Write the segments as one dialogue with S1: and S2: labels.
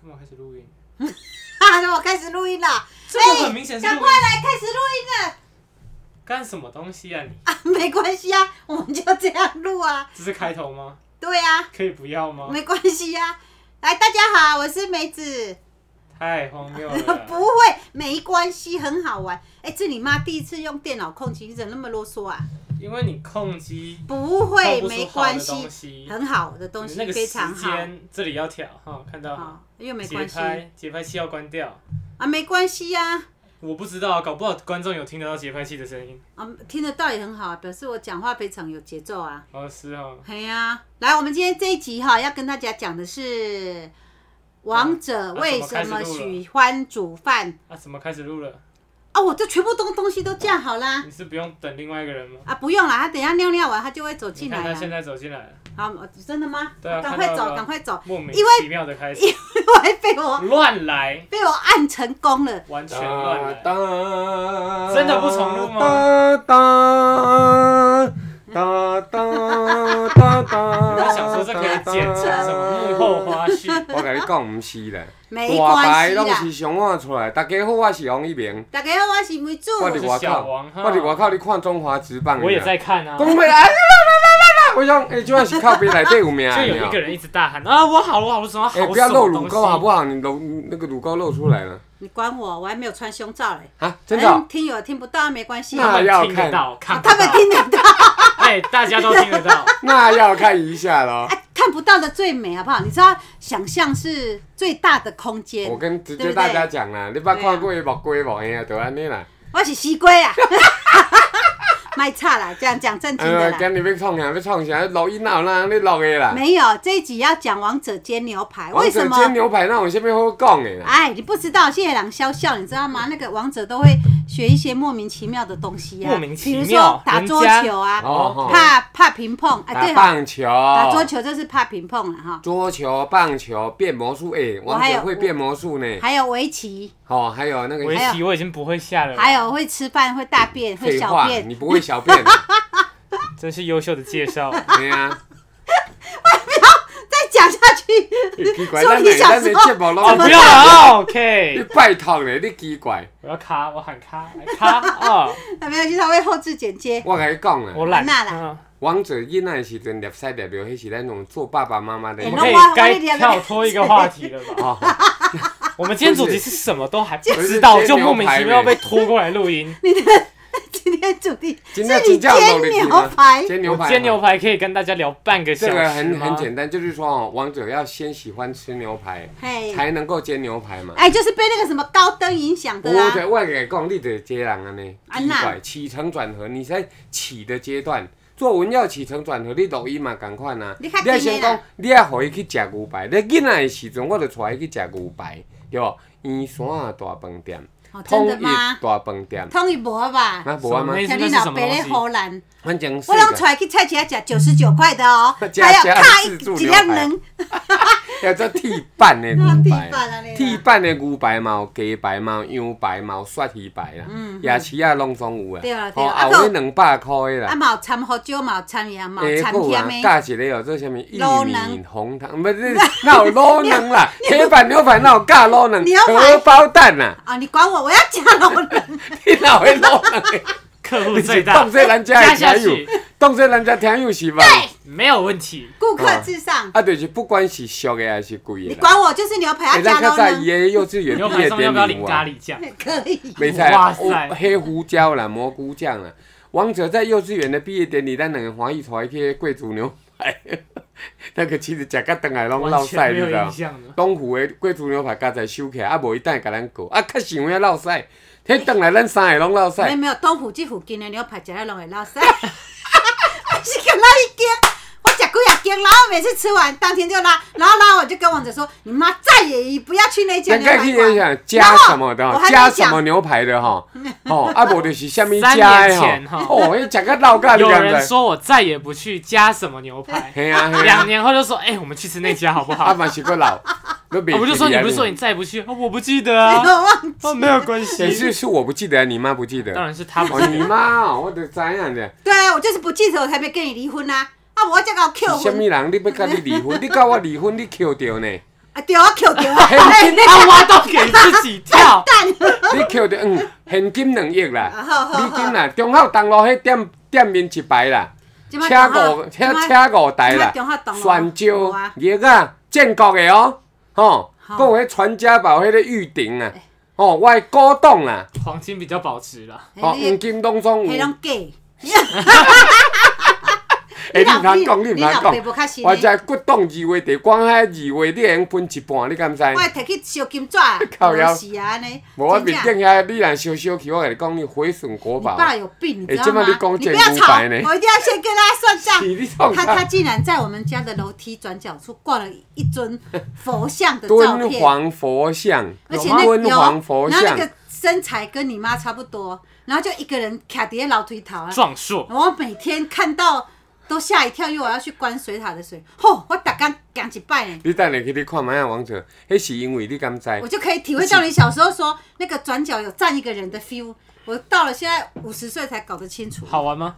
S1: 干嘛开始录音？
S2: 哈、啊哈，我开始录音啦，
S1: 这个很明显是录
S2: 赶
S1: 音
S2: 快来开始录音了
S1: 干什么东西啊你？
S2: 啊！没关系啊，我们就这样录啊。
S1: 这是开头吗？
S2: 对啊，
S1: 可以不要吗？
S2: 没关系啊。来，大家好，我是梅子。
S1: 太荒谬
S2: 不
S1: 了！
S2: 会，没关系，很好玩。哎、这你妈第一次用电脑控机，你怎么那么啰嗦啊？
S1: 因为你控机
S2: 不会，
S1: 扣不
S2: 没
S1: 出好
S2: 关
S1: 的东
S2: 系，
S1: 西，
S2: 很好我的东
S1: 那
S2: 西
S1: 个
S2: 非
S1: 时
S2: 常好。
S1: 间这里要调哈，看到吗？
S2: 哦，又没
S1: 节
S2: 关系
S1: 拍节拍器要关掉，
S2: 啊，没关系呀、啊。
S1: 我不知道，搞不好观众有听得到节拍器的声音。
S2: 听得到也很好啊，表示我讲话非常有节奏啊。
S1: 哦，是哦，
S2: 哎呀，来，我们今天这一集哈，要跟大家讲的是王者为什么喜欢煮饭
S1: 啊，怎么开始录了？
S2: 啊？我这全部东东西都架好啦
S1: 你是不用等另外一个人吗？
S2: 啊，不用啦，他等一下尿尿完他就会走
S1: 你
S2: 进
S1: 看
S2: 来
S1: 他现
S2: 了。
S1: 在走进来了，
S2: 好，真的吗？
S1: 对啊
S2: 赶快
S1: 看到
S2: 走，
S1: 了
S2: 赶快走，
S1: 莫名
S2: 因为
S1: 其妙的开始
S2: 因为被我
S1: 乱来，
S2: 被我按成功了。
S1: 完全乱来。
S3: 哒
S1: 真的不重录吗
S3: 哒哒哒哒哒哒。
S1: 我想说这可以剪成什 么幕后花絮？
S3: 我甲你讲，毋是咧，
S2: 没
S3: 大
S2: 关
S3: 牌
S2: 系
S3: 拢
S2: 啦
S3: 是，上我出来。大家好，我是王一鸣，
S2: 大家好，我是梅子。
S3: 我伫
S1: 我
S3: 外
S1: 是小王
S3: 口，我伫外口咧看中华职棒。
S1: 我也。在看啊，
S3: 讲袂来，我想，哎，即是靠边内底有名
S1: 就
S3: 的
S1: 有一个人一直大喊啊，我好了，我好了，什么好
S3: 哎，
S1: 什
S3: 不要露
S1: 么
S3: 乳
S1: 东西
S3: 沟？好不好？你露那个乳沟露出来了
S2: 你管我，我还没有穿胸罩嘞。
S3: 啊！真的哦
S2: 嗯，听友听不到没关系，
S3: 那
S1: 他
S3: 要
S1: 们听得
S3: 看
S1: 到，看
S2: 啊
S1: 不
S2: 他们
S1: 到
S2: 听得到，
S1: 哎，大家都听得 到，
S3: 那要看一下喽。
S2: 啊看不到的最美，好不好？你知道，想象是最大的空间。
S3: 我跟直
S2: 对不
S3: 接
S2: 对
S3: 大家讲啦，你捌看过伊目龟无影，就安 尼啦。
S2: 我是西瓜啊， 卖差啦，这样讲正经的
S3: 呃，
S2: 啦。
S3: 今日要创啥？要创啥？录音啊哪有人咧录的啦？
S2: 没有，这一集要讲王者煎牛排，
S3: 王
S2: 为
S3: 者
S2: 什
S3: 煎
S2: 么？
S3: 牛排，那有啥物好讲的啦？
S2: 哎，你不知道，谢朗笑笑，你知道吗？那个王者都会学一些莫名其妙的东西啊，
S1: 莫名其妙
S2: 比如说打桌球啊，
S3: 人家哦哦
S2: 怕怕平碰，哎，
S3: 打
S2: 对哈，
S3: 棒球，
S2: 打桌球就是怕平碰了哈，
S3: 桌球、棒球、变魔术，哎、王
S2: 还有
S3: 者会变魔术呢。
S2: 还有围棋，
S3: 哦，还有那个
S1: 围棋我已经不会下了，
S2: 还有会吃饭、会大便、会
S3: 废
S2: 小
S3: 话，
S2: 便，
S3: 你不会小便，
S1: 真是优秀的介绍。哦
S3: 对呀。
S2: 再哎讲下去，
S3: 奇怪，
S2: 说
S3: 咱
S2: 你
S3: 的
S2: 小
S3: 咱的
S2: 时候
S3: 节目
S1: 哦，
S3: 拢
S1: 不要了，OK，
S3: 你拜托嘞，你奇怪，
S1: 我要卡，我喊卡，来卡啊，
S2: 没关系，他会后置剪接。
S3: 我甲你讲啦，
S1: 我懒。
S2: 那啦
S1: 嗯
S3: 王者囡仔的时阵，粒屎粒尿，迄是咱用做爸爸妈妈的
S2: 哎
S1: 我
S3: 那
S1: 们可以
S2: 那
S3: 种。
S2: 我我
S1: 该
S2: 一定要
S1: 跳脱一个话题 了吧？
S3: 哦，
S1: 我们今天主题是什么都还不
S3: 不是
S1: 知道，
S3: 煎
S1: 就
S3: 牛
S1: 莫名其
S3: 排
S1: 妙
S3: 呗
S1: 被拖过来录音。
S2: 今天主题是
S3: 今
S2: 你
S3: 天请教
S2: 煎
S3: 努力
S2: 牛
S3: 题啊吗
S2: 排，
S3: 煎牛排，
S1: 煎牛排可以跟大家聊半个小
S3: 这
S1: 时
S3: 个很
S1: 吗
S3: 很简单，就是说哦，王者要先喜欢吃牛排，
S2: 嘿，
S3: 才能够煎牛排嘛。
S2: 哎，就是被那个什么高登影响的啊
S3: 我
S2: 啦、
S3: 的我给讲，你得接人安尼，
S2: 啊
S3: 奇
S2: 那
S3: 怪，起承转合，你在起的阶段，作文要起承转合，你录音嘛共款啊。
S2: 你较
S3: 要
S2: 紧
S3: 先
S2: 的啦
S3: 讲，你要互伊去食牛排。你囡仔的时阵，我就带伊去食牛排，对无？燕山啊大饭店，
S2: 哦，真
S3: 统
S2: 的
S3: 一
S2: 吗？
S3: 大饭店，
S2: 通一无吧，
S3: 那无啊
S1: 什
S3: 吗
S1: 么？意思
S2: 像
S1: 那
S2: 你
S1: 是什
S2: 老
S1: 么
S2: 爸咧
S1: 东西？
S2: 荷兰，
S3: 反正是
S2: 我拢出来去菜市仔食九十九块的哦，
S3: 加
S2: 还有
S3: 加
S2: 卡一
S3: 自助
S2: 一
S3: 牛
S2: 两
S3: 排
S2: 人，
S3: 要做铁 板的
S2: 那
S3: 牛
S2: 地
S3: 排。
S2: 板啊咧，
S3: 铁板的牛排嘛，有鸡排嘛，有羊排嘛，有鳝鱼排啦，夜市啊拢总有啊。
S2: 嗯对啦对
S3: 哦
S2: 啦啊，
S3: 后
S2: 还
S3: 尾
S2: 有
S3: 两百块的
S2: 啊
S3: 啦。
S2: 嘛有掺胡椒，嘛有掺盐，嘛有掺
S3: 还有啊
S2: 甜，的，
S3: 加一个哦，做啥物
S2: 卤
S3: 薏
S2: 卵
S3: 米红糖，不是哪 有卤卵啦？铁板牛排哪有加卤卵？
S2: 牛排
S3: 荷包蛋啦，
S2: 啊，你管我，我要加老人，
S3: 你哪会卤卵 的？
S1: 客户
S3: 你
S1: 最
S3: 是
S1: 大
S3: 当，做咱家
S1: 加下
S3: 的听友
S1: 去，哎
S3: 当做咱家听友是吧？
S1: 没有问题。
S2: 顾客至上，
S3: 啊，就是不管是俗的还是贵
S2: 你
S3: 的啦。
S2: 管我就是牛排要
S3: 哎
S2: 加
S3: 咱
S2: 老
S3: 较早伊
S2: 人，
S3: 的幼稚园
S1: 牛
S3: 毕
S1: 排
S3: 业
S1: 上面要
S3: 典
S1: 不要淋
S3: 礼有啊
S1: 咖。喱酱？
S2: 可以，
S3: 没菜
S1: 哇塞
S3: 哦黑胡椒啦，蘑菇酱啦。王者在幼稚园的毕业典礼，咱两个欢喜带一片贵族牛排， 那个其实食到顿来拢
S1: 完
S3: 落
S1: 全没
S3: 屎，你
S1: 有
S3: 知道
S1: 印
S3: 吗？
S1: 象了。
S3: 东湖的贵族牛排刚才收起来，啊无伊等下甲咱过，啊较想要落屎，迄顿来咱三个拢落屎。
S1: 哎
S2: 没有没有，东湖这附近的牛排食了拢会落 屎。我是跟他一斤，我食几啊斤，然后每次吃完当天就拉，然后拉我就跟王者说：“你妈再也不要去那家
S3: 咱
S2: 牛
S3: 该去
S2: 排馆。
S3: 想加什么的
S2: 然后
S3: 哦
S2: 我，还没
S3: 加
S2: 讲
S3: 什么牛排的 吼，哦，啊无就是虾米加的
S1: 三年前哈
S3: 吼，哦，迄食到老噶，你
S1: 有
S3: 敢
S1: 人
S3: 知？
S1: 说我再也不去加什么牛 排，
S3: 嘿啊嘿啊
S1: 两，年后就说，哎，我们去吃那家好不
S3: 啊
S1: 好？
S3: 嘛是个 老，都袂记得啊。
S1: 我就说你不是说你再也不去，哦我不记得”
S2: 哎
S1: 啊
S2: 我，忘
S1: 哦没有关
S3: 也
S1: 系。
S3: 是是我不记得，啊你妈不记得。
S1: 当然是他不
S3: 哦，
S1: 记
S3: 你
S1: 得，
S3: 妈哦，我就知影咧。
S2: 对啊，我就是不记得，我才没跟你离婚啊！啊，我这个扣
S3: 是什么
S2: 婚，
S3: 人？你要甲你离婚？你甲我离婚，你扣着呢？
S2: 啊，对我扣掉 啊，
S3: 现金，
S1: 他挖洞给自己跳，
S3: 你扣着嗯，现金两亿啦，
S2: 啊好好
S3: 美
S2: 好
S3: 金，啦，中孝东路迄店店面一排啦，
S2: 即摆
S3: 车
S2: 中
S3: 五
S2: 学
S3: 车
S2: 即摆
S3: 车五台啦
S2: 即摆中孝东，路
S3: 泉
S2: 有
S3: 州
S2: 啊、
S3: 热啊，建国的哦，吼，
S2: 好哎
S3: 还有迄传家宝迄个玉鼎啊，哦，我的古董啦，
S1: 黄金比较保值啦。
S3: 哦，
S2: 嘿
S3: 黄金拢总
S2: 迄
S3: 有，
S2: 拢假。
S3: 诶，哎你毋通讲，你毋通
S2: 你老爸
S3: 讲。
S2: 无较实
S3: 我
S2: 呢，
S3: 遮骨董二话地，光海二话你会用分一半，你敢知？
S2: 我会摕去烧金纸啊，
S3: 靠腰
S2: 是啊安尼，
S3: 无我
S2: 真
S3: 面
S2: 正
S3: 顶遐，你若烧烧去，我甲你讲，你毁损国
S2: 你
S3: 宝。
S2: 爸有病，你知
S3: 哎
S2: 道
S3: 这么
S2: 吗？
S3: 你讲
S2: 不
S3: 见
S2: 要
S3: 五
S2: 吵，
S3: 百呢
S2: 我一定要先跟大家算账。
S3: 是 你创
S2: 他他
S3: 啥？
S2: 竟然在我们家的楼梯转角处挂了一尊佛像的照
S3: 敦
S2: 片，
S3: 煌佛像，
S2: 而且那有，啊
S3: 敦煌
S2: 然后
S3: 佛
S2: 那
S3: 像，
S2: 个身材跟你妈差不多，然后就一个人卡在老腿头啊。
S1: 壮硕，
S2: 我每天看到都吓一跳，因为我要去关水塔的水，吼，我打刚讲一拜呢，
S3: 你等下去你看卖啊，王者，迄是因为你敢知？
S2: 我就可以体会到你小时候说那个转角有站一个人的 feel。我到了现在五十岁才搞得清楚，
S1: 好玩吗？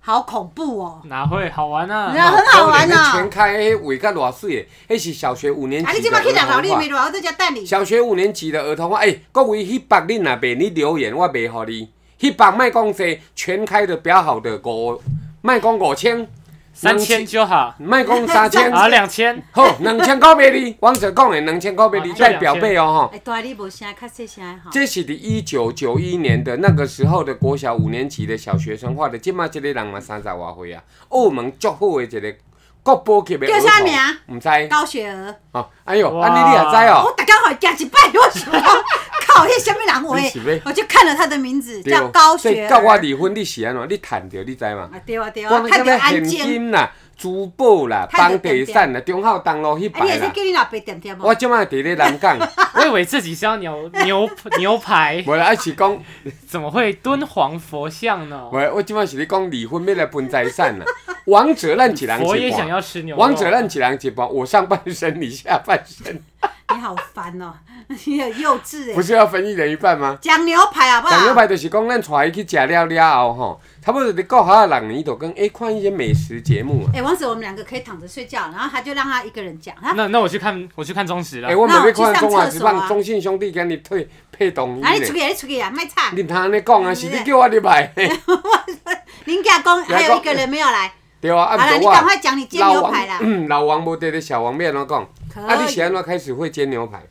S2: 好恐怖哦！
S1: 哪会好玩 啊？
S2: 然后很好玩
S3: 啊！
S2: 啊
S3: 全！开迄画甲偌水的，迄是小学五年
S2: 啊，你
S3: 级
S2: 即
S3: 的
S2: 摆去人老
S3: 儿
S2: 你
S3: 童
S2: 没
S3: 画。
S2: 落，我在家等你。
S3: 小学五年级的儿童画，哎、各位迄百恁若袂你留言，我袂互你。迄百卖讲说全开的比较好的五，卖讲五千，
S1: 三千就好，
S3: 卖讲 三千，
S1: 啊，两千，
S3: 好，两千块卖你。王者讲的两千块卖你，
S1: 啊
S3: 再表背哦吼。
S2: 哎，大你无声，较细声的吼。
S3: 这是伫一九九一年的那个时候的国小五年级的小学生画的，即马即个人嘛三十外岁啊，澳门足好的一个国宝级的儿童。
S2: 叫啥名
S3: 唔知。
S2: 高雪儿，
S3: 哦，哎呦，
S1: 哇
S3: 安尼你也知
S2: 我
S3: 哦？
S2: 大家好加一拜，我想说靠，迄什么人我
S3: 你是要
S2: 的，我就看了他的名字
S3: 对哦
S2: 叫高
S3: 所以
S2: 雪儿。
S3: 到我离婚，你是安怎？你趁着，你知嘛？
S2: 啊，对啊对啊
S3: 我，们
S2: 看
S3: 什
S2: 着
S3: 么
S2: 安
S3: 现
S2: 静。
S3: 金啦、珠宝啦、
S2: 赚到
S3: 房地产啦、中孝东路迄
S2: 啊，你
S3: 排
S2: 也是
S3: 啦。
S2: 叫你老爸点点无
S3: 我？即马伫咧 南港，
S1: 我以为自己是要牛 牛牛排，
S3: 无啦，我是讲，
S1: 怎么会敦煌佛像呢？
S3: 无，我即马是咧讲离婚要来分财产啦。啊 王者咱一人
S1: 我也
S3: 一
S1: 想
S3: 半，
S1: 要吃牛肉。
S3: 王者咱一人一半，我上半身，你下半 身，
S2: 你好烦哦， 你很幼稚
S3: 不
S2: 哎。
S3: 是要分一人一半吗？
S2: 讲牛排好不好？
S3: 讲牛排就是讲，咱带伊去食了了后吼，差不多你过下六年就讲，诶，看一些美食节目啊。
S2: 哎，王子，我们两个可以躺着睡觉，然后他就让他一个人讲，啊他
S1: 那那我去看，我去看中实
S3: 哎、
S1: 了。
S3: 我
S2: 那
S3: 嘛
S2: 我
S3: 要
S2: 去上
S3: 看中华之
S2: 厕所
S3: 棒
S2: 啊
S3: 中信兄弟跟你配配同伊
S2: 啊，你出
S3: 呢。
S2: 去啊，你出去啊，卖惨。
S3: 你毋通安尼讲啊，是
S2: 对
S3: 你叫我入来。
S2: 哎您家公还有一个人没有来，
S3: 对啊，
S2: 好
S3: 啊，
S2: 了，
S3: 毋
S2: 你
S3: 过
S2: 赶
S3: 我
S2: 快讲你煎
S3: 老
S2: 牛
S3: 王
S2: 排啦。
S3: 嗯，老王无对咧，小王要安怎讲？啊，
S2: 可
S3: 你是安
S2: 以，
S3: 怎开始会煎牛排？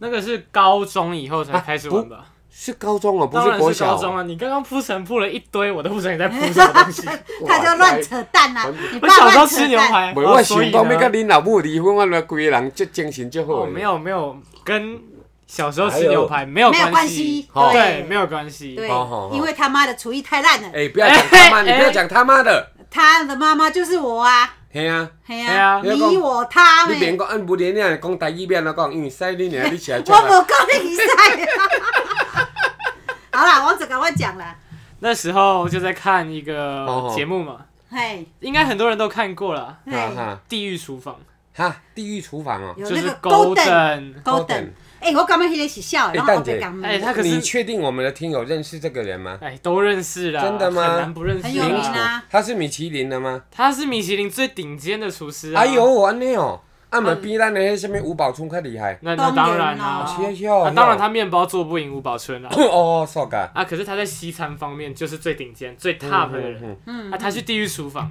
S1: 那个是高中以后才开始玩吧？
S3: 是高中啊哦，不
S1: 当然
S3: 国
S1: 是
S3: 小
S1: 高中
S3: 哦。
S1: 啊！你刚刚铺陈铺了一堆，我都不知道你在铺什么东 西。
S2: 他就乱扯淡啦。你
S1: 我
S2: 爸
S1: 小时候
S2: 乱扯
S1: 吃牛
S2: 淡。
S1: 排，
S3: 无，
S1: 哦
S3: 我想
S1: 所以
S3: 讲要甲
S1: 呢
S3: 恁老母离婚，我来规个人即精神就好
S1: 哦，
S3: 的。
S1: 没有没有跟小时候吃牛排没有
S2: 没有关
S1: 系
S2: 系，
S3: 哦
S1: 对，
S2: 对
S1: 没有关系。
S2: 对
S3: 好好，好
S2: 因为他妈的厨艺太烂了，
S3: 哎，不要讲他妈，你
S1: 哎
S3: 不要讲他妈的。
S2: 他的妈妈就是我啊，
S3: 嘿啊，
S2: 嘿
S1: 嘿啊，
S2: 呀你我他
S3: 你免
S2: 们，
S3: 讲，按无连你安讲台语免安怎讲，因为西你娘你起来
S2: 我无告你赛。 好啦，王子赶快讲啦，
S1: 那时候就在看一
S3: 哦
S1: 个
S3: 哦
S1: 节目嘛，
S2: 嘿，
S1: 应该很多人都看过了，
S2: 嘿
S3: 哈哈
S1: 《地狱厨房
S3: 哈，地狱厨房哦。
S2: 有》
S1: 就
S2: 那
S1: 是
S2: 个
S1: Golden。
S2: golden golden，哎，我感觉迄个是笑的，
S3: 哎
S2: 然后我
S3: 蛋姐
S2: 被讲嗯
S1: 哎
S2: 没
S1: 他可是
S3: 你确定我们的听友认识这个人吗？
S1: 哎，都认识啦，
S3: 真的吗
S1: 很难不认识啦。
S2: 很有名啊
S3: 他是米其林的吗？
S1: 他是米其林最顶尖的厨师啊！
S3: 哎呦，，安尼哦，啊嘛比咱的迄什么吴宝春较厉害。
S1: 那那当然
S2: 当然
S1: 啦
S2: 啦，
S3: 切哟。
S1: 啊，当然他面包做不赢吴宝春啦
S3: 哦，傻噶。
S1: 啊，可是他在西餐方面就是最顶尖、最 top 的人。
S3: 嗯
S2: 嗯
S1: 啊，他去地狱厨房，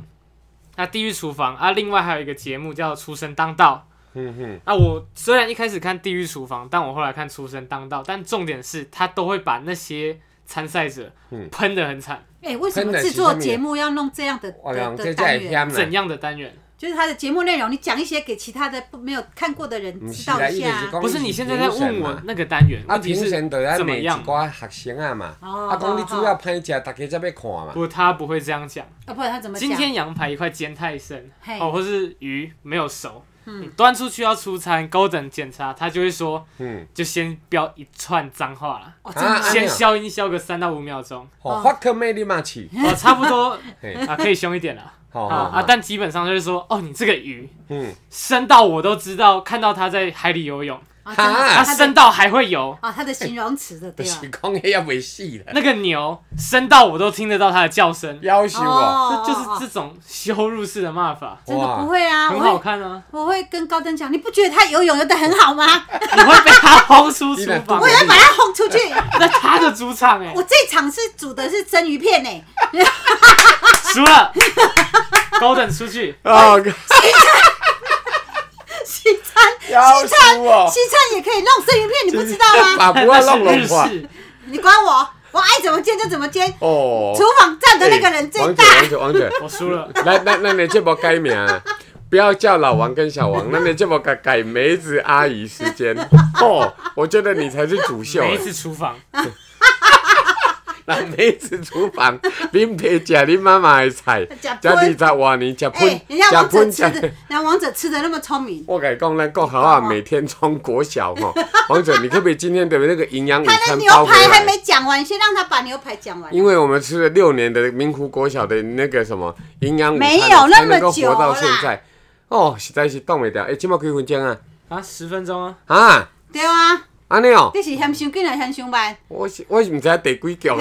S1: 啊，地狱厨房啊，另外还有一个节目叫《厨神当道
S3: 嗯嗯》。
S1: 啊，我虽然一开始看地狱厨房，但我后来看《厨神当道》，但重点是他都会把那些参赛者
S3: 嗯
S1: 喷得很惨，
S2: 哎，为什么制作节目要弄这样的
S3: 我讲
S2: 的
S3: 这
S2: 的
S3: 才
S2: 单
S3: 会
S2: 元？
S3: 香
S1: 怎
S3: 啦。
S1: 样的单元？
S2: 就是他的节目内容，你讲一些给其他的不没有看过的人
S3: 不
S2: 知
S3: 是
S2: 道
S3: 啦，
S2: 一
S3: 伊
S2: 下
S3: 就
S2: 啊
S3: 是。讲
S1: 不是你现在在问我那个单元，
S3: 啊，
S1: 问题
S3: 评
S1: 是
S3: 审就要
S1: 怎么
S3: 卖一
S1: 样？
S3: 寡学生啊嘛，
S2: 哦
S3: 啊，讲你
S2: 哦
S3: 主要
S2: 哦嗯
S3: 歹食，大家才要看嘛。
S1: 不，他不会这样讲。
S2: 啊，不然他怎么讲？
S1: 今天羊排一块煎太生，
S2: 嘿嗯
S1: 哦，或是鱼没有熟，你端出去要出餐，Golden 检查，他就会说，
S3: 嗯，
S1: 就先标一串脏话啦，
S2: 哦，真的
S3: 啊
S2: 吗
S1: 先消音消个三到五秒 钟，
S3: 哦
S2: 哦，
S3: 法克妹你嘛去，
S1: 哦，差不多
S3: 嘿，哦
S1: 啊，可以凶一点啦。
S3: 好
S1: 啊啊！，但哦基本上就是说，哦，你这个鱼
S3: 嗯，
S1: 深到我都知道，看到它在海里游泳，
S2: 啊，真的，
S1: 它
S3: 哈，
S1: 生到还会游，
S2: 啊，它的形容词的
S3: 就
S2: 对吧啊
S3: 是？讲迄要未死啦，
S1: 那个牛生到我都听得到它的叫声，
S3: 夭寿哦，
S1: 这就是这种羞辱式的骂法，
S2: 真的
S3: 哇
S2: 不会啊，
S1: 很
S2: 我
S1: 好
S2: 会
S1: 看啊！
S2: 我会跟高登讲，你不觉得他游泳游得很好吗？
S1: 你会被它轰出
S3: 你
S1: 厨
S3: 的
S1: 房
S2: 我，要把他轰出去。
S1: 那它的主场哎、
S2: 我这场是煮的是生鱼片呢、
S1: 输了，Golden 出去，
S3: 哦，
S2: 哎西餐
S3: 夭寿哦，
S2: 西餐也可以弄生鱼片，你不知道 吗？
S3: 把 不
S1: 那
S3: 要
S1: 是
S3: 弄
S1: 日
S3: 融化
S1: 式，
S2: 你管我，我爱怎么煎就怎么煎。
S3: 哦。
S2: 厨房站的那个人最
S3: 王
S2: 大
S3: 姐，，王姐，王姐，
S1: 我输了，
S3: 来，那那你节目改名啊，不要叫老王跟小王，那你节目改改梅子阿姨时 间哦，我觉得你才是主秀，欸
S1: 每一次厨房，
S3: 那梅子厨房，恁爸食恁妈妈的菜，
S2: 吃
S3: 食二十多年，食
S2: 哎、
S3: 喷，
S2: 人家
S3: 食
S2: 王者
S3: 喷
S2: 吃
S3: 食
S2: 的，人家王者吃的那么聪明，
S3: 我跟你讲，咱国豪啊，每天从国 小哈，王者，你可不可以今天的那个营养午
S2: 他的
S3: 餐
S2: 牛
S3: 包回
S2: 排还
S3: 来？
S2: 没讲完，先让他把牛排讲完。
S3: 因为我们吃了六年的明湖国小的那个什么营养午餐，
S2: 没有那么
S3: 才能够
S2: 久
S3: 活到现
S2: 啦
S3: 在。哦，实在是冻袂掉。哎、欸，今麦几分钟啊？
S1: 啊，十分钟啊，
S3: 啊，
S2: 对啊，
S3: 安尼哦，
S2: 你是嫌伤紧还是嫌伤慢？
S3: 我是我是唔知道第几局 了。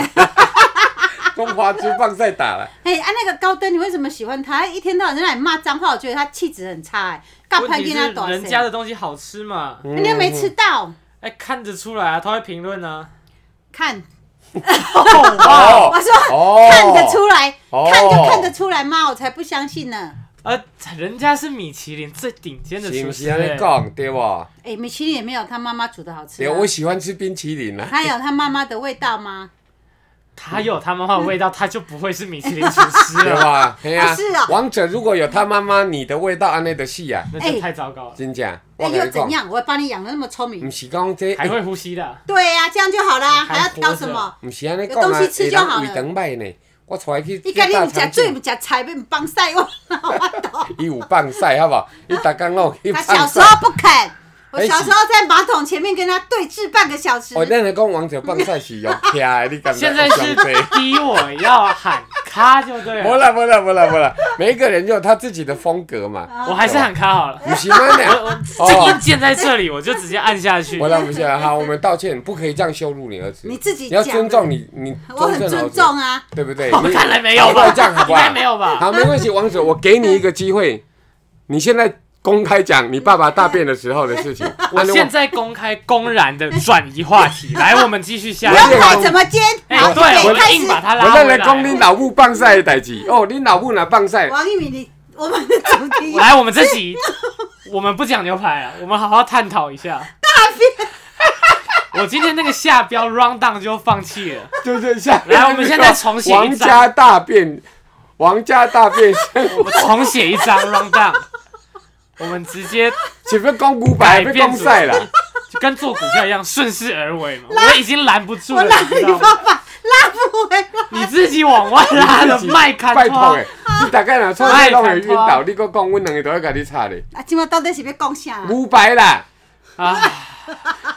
S3: 中华职棒赛 打了，
S2: 哎、啊，那个高登，你为什么喜欢他？他一天到晚在那里骂脏话，我觉得他气质很差、哎，干
S1: 问
S2: 派
S1: 题
S2: 跟
S1: 是
S2: 他短
S1: 人家的东西好吃嘛，
S2: 人家没吃到，
S1: 哎、看得出来啊，他会评论啊，
S2: 看，
S3: 哦
S2: 我说、
S3: 哦
S2: 看得出来，
S3: 哦
S2: 看就看得出来嘛，我才不相信呢。
S1: 呃，人家是米其林最顶尖的
S3: 是
S1: 厨
S3: 不
S1: 师、
S3: 是安尼
S1: 欸，
S3: 讲对不？
S2: 哎、米其林也没有他妈妈煮的好吃、
S3: 对，
S2: 啊，
S3: 我喜欢吃冰淇淋啦、啊
S2: 他有他妈妈的味道吗？
S1: 他有他妈妈的味道，他就不会是米其林厨师
S3: 对
S1: 了，
S3: 吧？嘿啊
S2: 啊是哦，
S3: 王者如果有他妈妈你的味道安尼的戏啊，
S1: 那就太糟糕了，
S3: 真假？
S2: 哎、
S3: 我跟
S2: 又
S3: 你
S2: 怎
S3: 讲，
S2: 样？我把你养的那么聪明
S3: 唔，是讲这，
S1: 还
S3: 哎
S1: 会呼吸的啊、
S2: 对呀、这样就好啦，
S1: 还
S2: 还要
S1: 活
S2: 挑
S1: 着
S2: 什么？
S3: 唔是安尼
S2: 有
S3: 讲啊，
S2: 东西吃就好了
S3: 胃肠歹呢。我带去
S2: 你看你
S3: 大
S2: 唔食
S3: 肠
S2: 水，
S3: 镜
S2: 唔，食菜，要唔放屎我。
S3: 伊有放屎好不好？伊逐工拢有去
S2: 他
S3: 放
S2: 小时。
S3: 屎
S2: 候不肯，我
S3: 哎
S2: 小
S3: 是
S2: 时候在马桶前面跟他对峙半个小时。
S3: 哦，咱来讲王者放屎是 用徛的，你感觉
S1: 现在
S3: 有
S1: 是
S3: 伤济
S1: 逼我要喊咔就对
S3: 无
S1: 了，
S3: 啦无啦无啦无啦，每一个人有他自己的风格嘛。
S2: 哦
S1: 我还是喊咔好了，
S3: 不行安尼
S1: 我我 这一键在这里，我就直接按下去
S3: 哦我。来，我们现在啊好，我们道歉，不可以这样羞辱你儿子。
S2: 你自己
S3: 你要
S2: 讲
S3: 尊
S2: 的
S3: 重你，你
S2: 我很
S3: 儿
S2: 尊
S3: 子
S2: 重啊，
S3: 对不对？
S1: 我
S3: 你
S1: 哦看来没有
S3: 不要
S1: 吧，
S3: 这样好不
S1: 应
S3: 好？
S1: 该没有吧？
S3: 好，没关系，王子，我给你一个机会，你现在公开讲你爸爸大便的时候的 事情。
S1: 我
S3: 啊如果
S1: 现在公开公然的转移话 题，来，我们继续下
S2: 不
S1: 一
S3: 我
S2: 用
S3: 也
S1: 个。
S2: 管怎么煎，
S1: 哎、
S2: 好，
S1: 对，
S2: 准
S1: 我
S2: 备开
S1: 硬
S2: 始。
S1: 把他
S3: 我
S1: 拉
S3: 再
S1: 回
S3: 来
S1: 来。
S3: 讲你老母放晒的代志哦，你老母哪放晒？
S2: 王一鸣，你我们的主题
S1: 来，我们这集 我们不讲牛排了，我们好好探讨一下。大便。我今天那个下标 round down 就放弃了。
S3: 就是下
S1: 来我们现在重写一张
S3: 王家大便，王家大便，
S1: 我们重写一张 round down，我们直接
S3: 岂不公古白
S1: 改
S3: 被
S1: 变
S3: 公晒了？
S1: 就跟做股票一样顺势而为嘛。我已经拦不住
S2: 我
S1: 了，
S2: 拉
S1: 你知
S2: 你
S1: 道
S2: 爸
S1: 吗？
S2: 爸拉不回来。
S1: 你自己往外拉的
S3: 你自己
S1: 麦砍
S3: 拜托欸
S1: 花
S3: 诶，，你大概若错你拢会晕倒，你搁讲阮两个都要甲你吵咧。
S2: 啊，今晚到底是要讲啥啊？
S3: 牛排啦，
S1: 啊，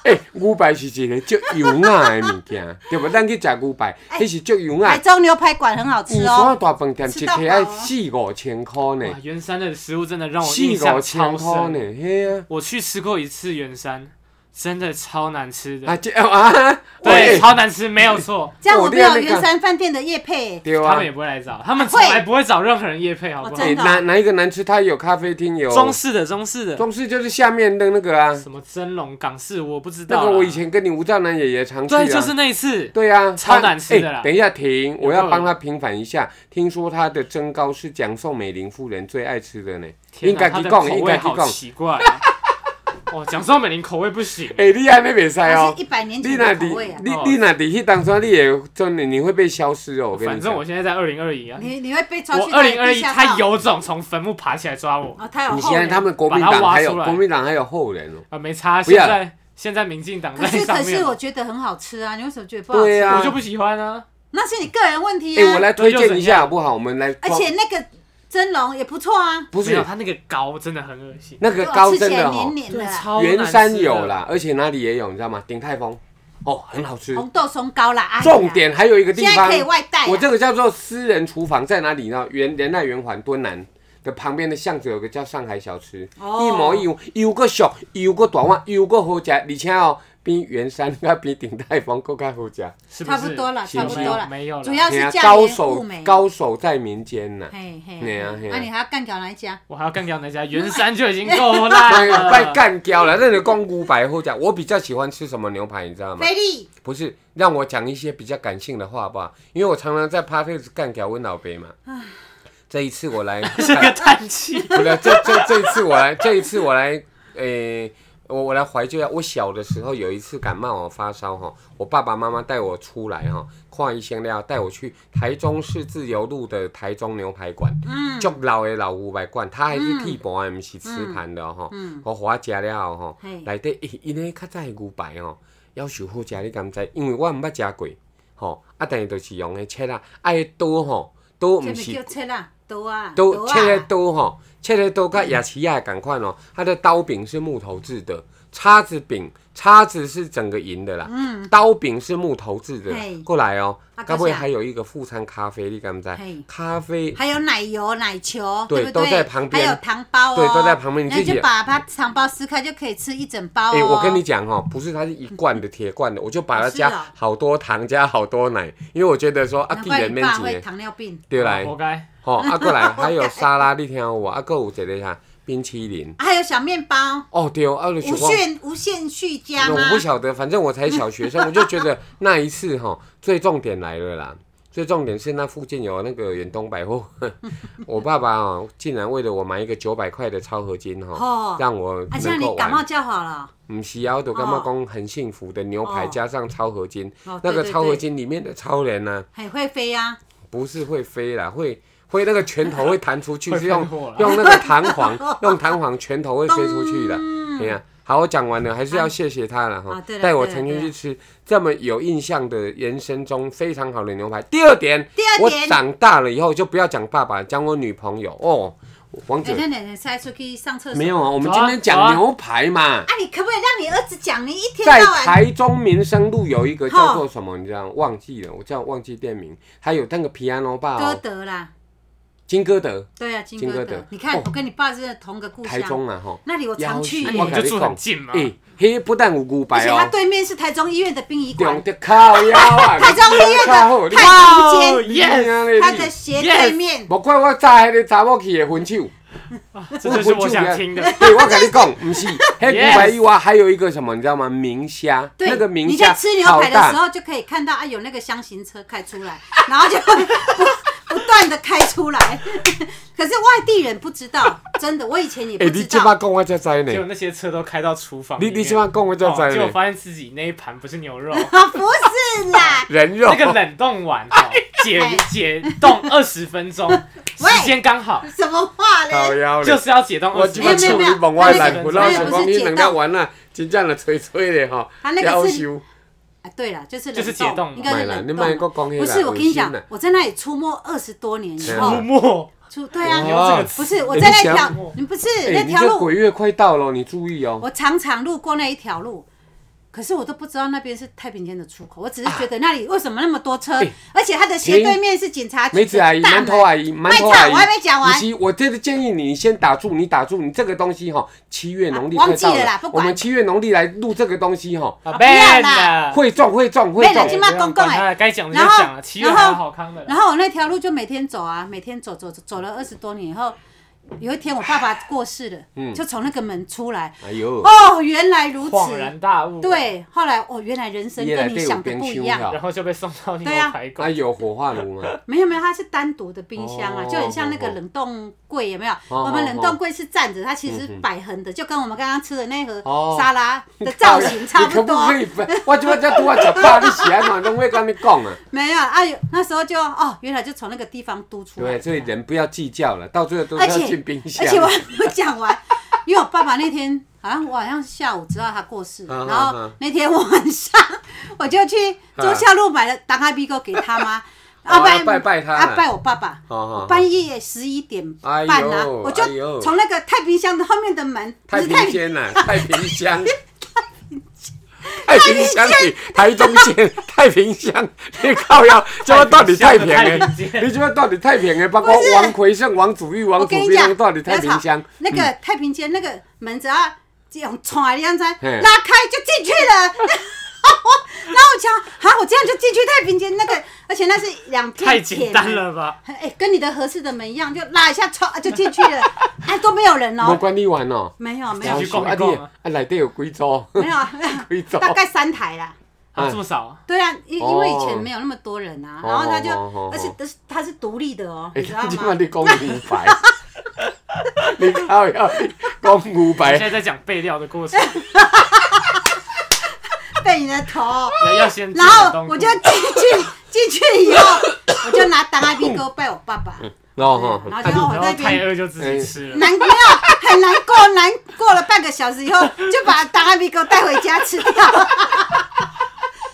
S3: 诶，牛排是一个足油啊的物 件，对无？咱去食牛排，迄是足油啊
S2: 台。中牛排馆很好
S3: 五
S2: 哎吃
S3: 川
S2: 哦，
S3: 大饭店一
S2: 吃到
S3: 提
S2: 饱
S3: 爱
S2: 啊
S3: 四五千块呢
S2: 哎
S1: 哇，，圆山的食物真的让我印
S3: 四五
S1: 象
S3: 千
S1: 超
S3: 块
S1: 深。
S3: 呢，嘿啊，
S1: 我去吃过一次圆山，真的超难吃
S3: 啊
S1: 的，
S3: 这 啊，
S1: 对，
S3: 喂
S1: 超难吃，没有错。
S2: 这样我没有
S3: 我练那个
S2: 圆山饭店的夜配。
S3: 对
S1: 他
S3: 啊
S1: 们也，不会来找，他们从来不会找任何人夜配，好不
S2: 我
S1: 好
S2: 哦真？
S3: 诶
S2: 的
S3: 哪哪一个难吃？它有咖啡厅，有
S1: 中式的，中式的，
S3: 中式就是下面的那个啊，
S1: 什么蒸笼、港式，我不知道
S3: 那
S1: 啦。
S3: 个我以前跟你吴兆南爷爷常去啊，
S1: 对，就是那一次，
S3: 对啊，
S1: 超
S3: 他
S1: 难吃的
S3: 哎
S1: 啦
S3: 等一下停，
S1: 有
S3: 我要
S1: 够
S3: 帮他平反一下。听说他的蒸糕是蒋宋美龄夫人最爱吃的呢，
S1: 天
S3: 应
S1: 哪，
S3: 该
S1: 他
S3: 去
S1: 的
S3: 讲，
S1: 口
S3: 应
S1: 味
S3: 该去
S1: 好
S3: 讲。
S1: 奇怪。啊 哦，讲宋美龄口味不行，
S3: 哎，你安尼袂使
S2: 它
S3: 哦
S2: 是一。百年
S3: 你
S2: 前
S3: 那
S2: 的
S3: 底
S2: 口味啊，
S3: 你
S1: 哦
S3: 你那底去当中，你也真的你会被消失哦。我跟
S1: 反
S3: 你
S1: 正我现
S3: 讲，
S1: 在在二零二一啊，
S2: 你你会被抓去
S1: 我
S2: 那
S1: 二
S2: 里
S1: 零二
S2: 地
S1: 一，
S2: 下
S1: 他
S2: 道
S1: 有种从坟墓爬起来抓我
S2: 哦，他有
S3: 你
S2: 后
S3: 现在
S2: 人。
S3: 他们国民
S1: 把它
S3: 党
S1: 挖
S3: 还有
S1: 出来
S3: 国民党还有后人哦。
S1: 啊，没差。
S3: 不
S1: 现
S3: 要
S1: 在现在民进党
S2: 可
S1: 在
S2: 是可
S1: 上面
S2: 是，我
S1: 嘛，
S2: 觉得很好吃啊！你为什么觉得不好吃？
S3: 对啊，
S1: 我就不喜欢啊。
S2: 那是你个人问题
S3: 哎，我
S2: 啊。
S3: 来推
S1: 那又
S3: 荐
S1: 怎
S3: 一下
S1: 样
S3: 好不好？我们来，
S2: 而且那个蒸笼也不错啊，
S3: 不
S1: 没有，
S3: 是
S1: 他那个膏真的很恶心，
S3: 那个高真
S2: 吃起
S3: 的
S2: 来
S3: 哦
S2: 黏，黏的啊，
S1: 超难吃
S3: 圆
S1: 的
S3: 山有，啦，而且哪里也有，你知道吗？鼎泰丰，哦，很好吃。
S2: 红豆松糕啦。哎呀
S3: 重点还有一个地
S2: 现在
S3: 方
S2: 可以，外带啊。
S3: 我这个叫做私人厨房在哪里呢？原仁爱圆环敦南的旁边的巷子有个叫上海小吃，
S2: 哦
S3: 一模一样，又个俗，又个大碗，又个好食，而且哦，比圆山甲比鼎泰丰更加好食。
S1: 是不
S2: 差
S1: 是？
S2: 不多了，
S3: 行
S2: 差不多了，
S1: 没有没有了
S2: 主要
S3: 嘿啊
S2: 是价
S3: 高
S2: 廉物
S3: 手
S2: 美。
S3: 高手在民间呐、
S2: 嘿 嘿，
S3: 嘿啊嘿啊
S2: 那你还要干掉哪一家？
S1: 我还要干掉那 家圆山就已经够烂
S3: 拜啊拜
S1: 了。
S3: 干掉了，那你光五百后讲，我比较喜欢吃什么牛排，你知道吗？
S2: 菲力，
S3: 不是，让我讲一些比较感性的话吧，因为我常常在 p a r t y 干掉温老杯嘛。这一次 我来，
S1: 这个叹 气，
S3: 不是这这这一次我来，这一次我来，诶、我我来怀旧一下。我小的时候有一次感冒，我发烧哈，我爸爸妈妈带我出来哈，看医生了，带我去台中市自由路的台中牛排馆，
S2: 嗯
S3: 足、老的老牛排馆，它还是铁盘的，不是瓷盘的哈。
S2: 嗯，
S3: 我花食了后吼
S2: 嘿，
S3: 内底欸伊因迄较早的牛排吼，夭寿好食，你敢知？因为我毋捌食过吼，啊，但是就是用迄切啊，啊，迄刀吼，刀毋
S2: 这咪叫
S3: 是
S2: 切啦，刀啊，
S3: 刀，切
S2: 啊嗯
S3: 迄，刀吼，切迄刀甲牙齿亚共款哦，它的刀柄是木头制的，叉子柄叉子是整个银的啦，
S2: 嗯，
S3: 刀柄是木头制的啦
S2: 嘿。
S3: 过来哦
S2: 啊，
S3: 该不会
S2: 搁啥
S3: 还有一个副餐咖啡？你敢知
S2: 嘿？
S3: 咖啡
S2: 还有奶油、奶球，
S3: 哎对
S2: 不
S3: 都
S2: 对？
S3: 在旁边
S2: 还有糖包哦，
S3: 对都在旁边你
S2: 那
S3: 自己
S2: 就把它糖包撕开就可以吃一整包哦。
S3: 哎、我跟你讲哈、不是它是一罐的铁 罐的，我就把它
S2: 哦是
S3: 加
S2: 哦
S3: 好多糖，加好多奶，因为我觉得说啊，
S2: 难
S3: 地
S2: 怪
S3: 人
S2: 你
S3: 面
S2: 爸
S3: 子
S2: 会
S3: 的，
S2: 糖尿病
S3: 对来，
S1: 活该。
S3: 吼、啊过来，还有沙拉，你听有无？啊，搁有一个啥冰淇淋，
S2: 啊，还有小面包，
S3: 哦对，啊，就
S2: 无
S3: 是我
S2: 限无限续 加吗
S3: 我？不晓得，反正我才小学生，我就觉 得那一次哈，最重点来了啦。最重点是那附近有那个远东百货， 我爸爸哦，竟然为了我买一个九百块的超合金哈、
S2: 哦
S3: 让我
S2: 啊，这
S3: 能
S2: 样
S3: 够
S2: 你感
S3: 玩
S2: 冒。就好了。
S3: 唔是啊，我都感觉
S2: 哦
S3: 讲很幸福的牛排
S2: 哦
S3: 加上超合金，
S2: 哦
S3: 那
S2: 对
S3: 个
S2: 对
S3: 超合
S2: 对
S3: 金里面的超人啊呢、
S2: 很会飞啊呀、
S3: 不是会飞啦，会会那个拳头会弹出去，
S1: 会
S3: 是用
S1: 喷火啦
S3: 用那个弹簧， 用弹簧拳头会飞出去的。哎呀、好，我讲完了，还是要谢谢他了哈
S2: 啊对，了
S3: 带、我
S2: 对了
S3: 曾经
S2: 对
S3: 去
S2: 了
S3: 吃这么有印象的人生中非常好的牛排。第二点，
S2: 第二
S3: 我
S2: 点
S3: 长大了以后就不要讲爸爸，讲我女朋友哦，王
S2: 哎
S3: 者、
S2: 那奶奶塞出去上厕所。
S3: 没有啊，我们
S1: 走
S3: 今
S1: 啊
S3: 天
S1: 走啊
S3: 讲牛排嘛。
S2: 啊，你可不可以让你儿子讲？你一天
S3: 在
S2: 到晚
S3: 台中民生路有一个叫做什么，你知道吗忘记了，我叫忘记店名，还有那个皮安诺爸
S2: 歌
S3: 哦，
S2: 德啦，
S3: 金歌德，
S2: 对啊，金
S3: 金
S2: 歌
S3: 歌
S2: 德
S3: 德。
S2: 你看
S3: 哦，
S2: 我跟你爸是同个故乡。
S3: 台中啊吼，
S2: 那里我常去
S3: 要
S2: 耶
S3: 死
S1: 那我们就住很近嘛。
S3: 诶，嘿，不但有牛
S2: 而
S3: 排
S2: 且他
S3: 哦，
S2: 对面是台中医院的殡仪
S3: 两
S2: 馆，
S3: 的靠腰啊，
S2: 台中医院的太
S1: 哇哦
S2: 空间，
S3: yes，
S2: 他的斜对面。
S3: 莫怪我早迄个查某去的分手，
S1: 这就是我想听的。
S3: 啊对，我跟你讲，不是， 嘿，牛排以外还有一个什么，你知道吗？明虾，
S2: 对，
S3: 那个明
S2: 你在
S3: 虾
S2: 吃牛
S3: 好
S2: 排的
S3: 大
S2: 时，候就可以看到啊，有那个箱型车开出来，然后就 不不断的开出来。 可是外地人不知道，真的，我以前也
S3: 诶，
S2: 不
S3: 哎你
S2: 知
S3: 这把
S2: 道。
S3: 讲我才知
S1: 结果
S3: 呢，
S1: 那些车都开到厨房里
S3: 你
S1: 面，
S3: 你这把讲我才
S1: 哦
S3: 知
S1: 结果
S3: 呢，
S1: 发现自己那一盘不是牛肉，
S2: 啊， 不是啦，
S3: 人肉
S1: 那个冷冻碗 哈，解
S2: 哎
S1: 解冻二十分钟，
S2: 喂
S1: 时间刚好，
S2: 什么话
S3: 靠
S2: 嘞？
S3: 腰嘞
S1: 就。是要解冻
S3: 我
S1: 二十
S3: 即
S2: 没
S3: 摆
S1: 分
S2: 有没
S3: 厝
S2: 有
S1: 钟
S2: 没。
S3: 你
S2: 有
S3: 问我的内裤，
S1: 那
S3: 老
S1: 个
S3: 想
S2: 不
S3: 讲
S2: 是
S3: 你
S2: 解
S3: 两个玩啊，真正的吹吹的吼
S2: 他，那
S3: 夭
S2: 个是
S3: 寿。
S2: 啊，对了，就是冷
S1: 就是解冻嘛
S2: 应该
S3: 卖
S2: 是
S3: 啦，
S2: 冷
S3: 你
S2: 冻
S3: 卖
S2: 嘛。
S3: 个讲迄
S2: 不是，我跟你讲
S3: 哎，、
S2: 我在那里出没二十多年以
S3: 对啊
S1: 出
S2: 后，
S1: 没，
S2: 出对啊，
S3: 哇
S1: 有这个
S2: 不
S1: 词
S2: 是我
S3: 哎
S2: 在
S3: 你
S2: 那
S3: 想
S2: 条，你不是那
S3: 哎你
S2: 条
S3: 这
S2: 路，
S3: 鬼月快到了，你注意哦。
S2: 我常常路过那一条路，可是我都不知道那边是太平间的出口，我只是觉得那里为什么那么多车，
S3: 哎
S2: 而且它的斜对面是警察局
S3: 梅子阿姨、啊
S2: 的大
S3: 馒
S2: 门
S3: 头阿姨、馒头
S2: 卖
S3: 阿
S2: 惨
S3: 姨，
S2: 我还没讲完
S3: 以及我这个建议你先打住，你打住，你这个东西哈，七月农历
S2: 啊
S3: 快到
S2: 忘记了啦不
S3: 我
S2: 管
S3: 们七月农历来录这个东西哈，
S1: 啊
S2: 不要啦
S1: 啦，
S3: 会中会中会
S2: 没人
S3: 中
S2: 已。经骂公公哎
S1: 管他该讲的就
S2: 然后
S1: 讲了，七月
S2: 然
S1: 还有
S2: 后
S1: 好康的啦。
S2: 然后我那条路就每天走啊，每天走走走走了二十多年以后，有一天我爸爸过世了，
S3: 嗯
S2: 就从那个门出来，
S3: 哎呦，
S2: 哦，原来如
S1: 恍
S2: 此，
S1: 然大悟，，
S2: 对，后来哦，原来人生
S3: 原来
S2: 跟你
S3: 对
S2: 想
S3: 有
S2: 的
S3: 边
S2: 不一
S3: 修
S2: 样
S3: 了。
S1: 然后就被送到牛
S2: 对啊
S1: 排
S3: 啊
S1: 馆。
S3: 有火化啊炉吗？
S2: 没有没有，它是单独的冰箱啊，
S3: 哦
S2: 就很像那个冷冻柜，有没有？
S3: 哦
S2: 我们冷冻柜是站着，它其实是摆横的，就跟我们刚刚吃的那盒
S3: 哦
S2: 沙拉的造型 差不
S3: 你可
S2: 多
S3: 不。可以不？我怎么在多吃饱？你喜欢嘛？拢会跟你讲啊。
S2: 没有啊，有那时候就哦，原来就从那个地方嘟出来
S3: 对，。所以人不要计较了，到最后都是
S2: 而
S3: 要
S2: 且
S3: 进冰箱。
S2: 而且我还没有讲完， 因为我爸爸那天好像我好像下午知道他过世，
S3: 啊
S2: 然
S3: 啊
S2: 后
S3: 啊
S2: 那天晚上我就去忠孝路买了当阿 B 哥给他妈，啊
S3: 哦要拜拜他
S2: 啊拜我爸爸
S3: 好好好，
S2: 哦半夜十一点半
S3: 哎
S2: 啊，
S3: 呦
S2: 我
S3: 哎呦
S2: 就从那个太平箱的后面的门，不
S3: 太
S2: 是
S3: 平
S2: 太平
S3: 间呐、太平箱，太平箱里台中县，太平乡，你靠要，这么到底太平
S1: 太
S3: 哎
S1: 平间？
S3: 你这么到底太平哎？包括
S2: 不是
S3: 王奎胜、王祖玉、王
S2: 我
S3: 祖
S2: 跟你
S3: 碧
S2: 讲，
S3: 龙到底太平嗯乡？
S2: 那个太平间那个门只要这样踹一样子，拉
S3: 嘿
S2: 开就进去了。 然后我想，啊，我这样就进去太平间那 个，而且那是两片
S1: 太
S2: 铁
S1: 简
S2: 门
S1: 单。了吧？
S2: 哎、跟你的合适的门一样，就拉一下窗就进去 了，哎，都没有人
S3: 没
S2: 哦，
S3: 管理完哦，
S2: 没有没
S1: 要
S2: 有
S1: 去逛一
S3: 啊
S1: 逛
S3: 你
S1: 啊
S3: 啊内底有几组？
S2: 没有，
S3: 几组？
S2: 大概三台啦。
S1: 啊，
S3: 哎
S1: 这么少啊？
S2: 对啊，因因为以前
S3: 哦
S2: 没有那么多人啊，
S3: 哦
S2: 然后他就
S3: 哦哦哦，
S2: 而且但是他是独立的哦，
S3: 哎，
S2: 你知道
S3: 你
S2: 吗
S3: 看？你讲牛排，你靠要讲牛
S1: 我
S2: 哎
S1: 现
S3: 排，
S1: 在在讲备料的过 程，
S2: 被你的头。
S1: 要先进
S2: 然
S1: 冷
S2: 后
S1: 冻库。
S2: 我就进去， 进去以后，我就拿当 I B 哥拜我爸
S3: 嗯
S2: 爸，
S3: 然后
S2: 然后就让我
S1: 然后
S2: 在那
S1: 太
S2: 边
S1: 饿就自己吃了。
S2: 难没有很难过，难过了半个小时以后，就把当 I B 哥带回家吃掉，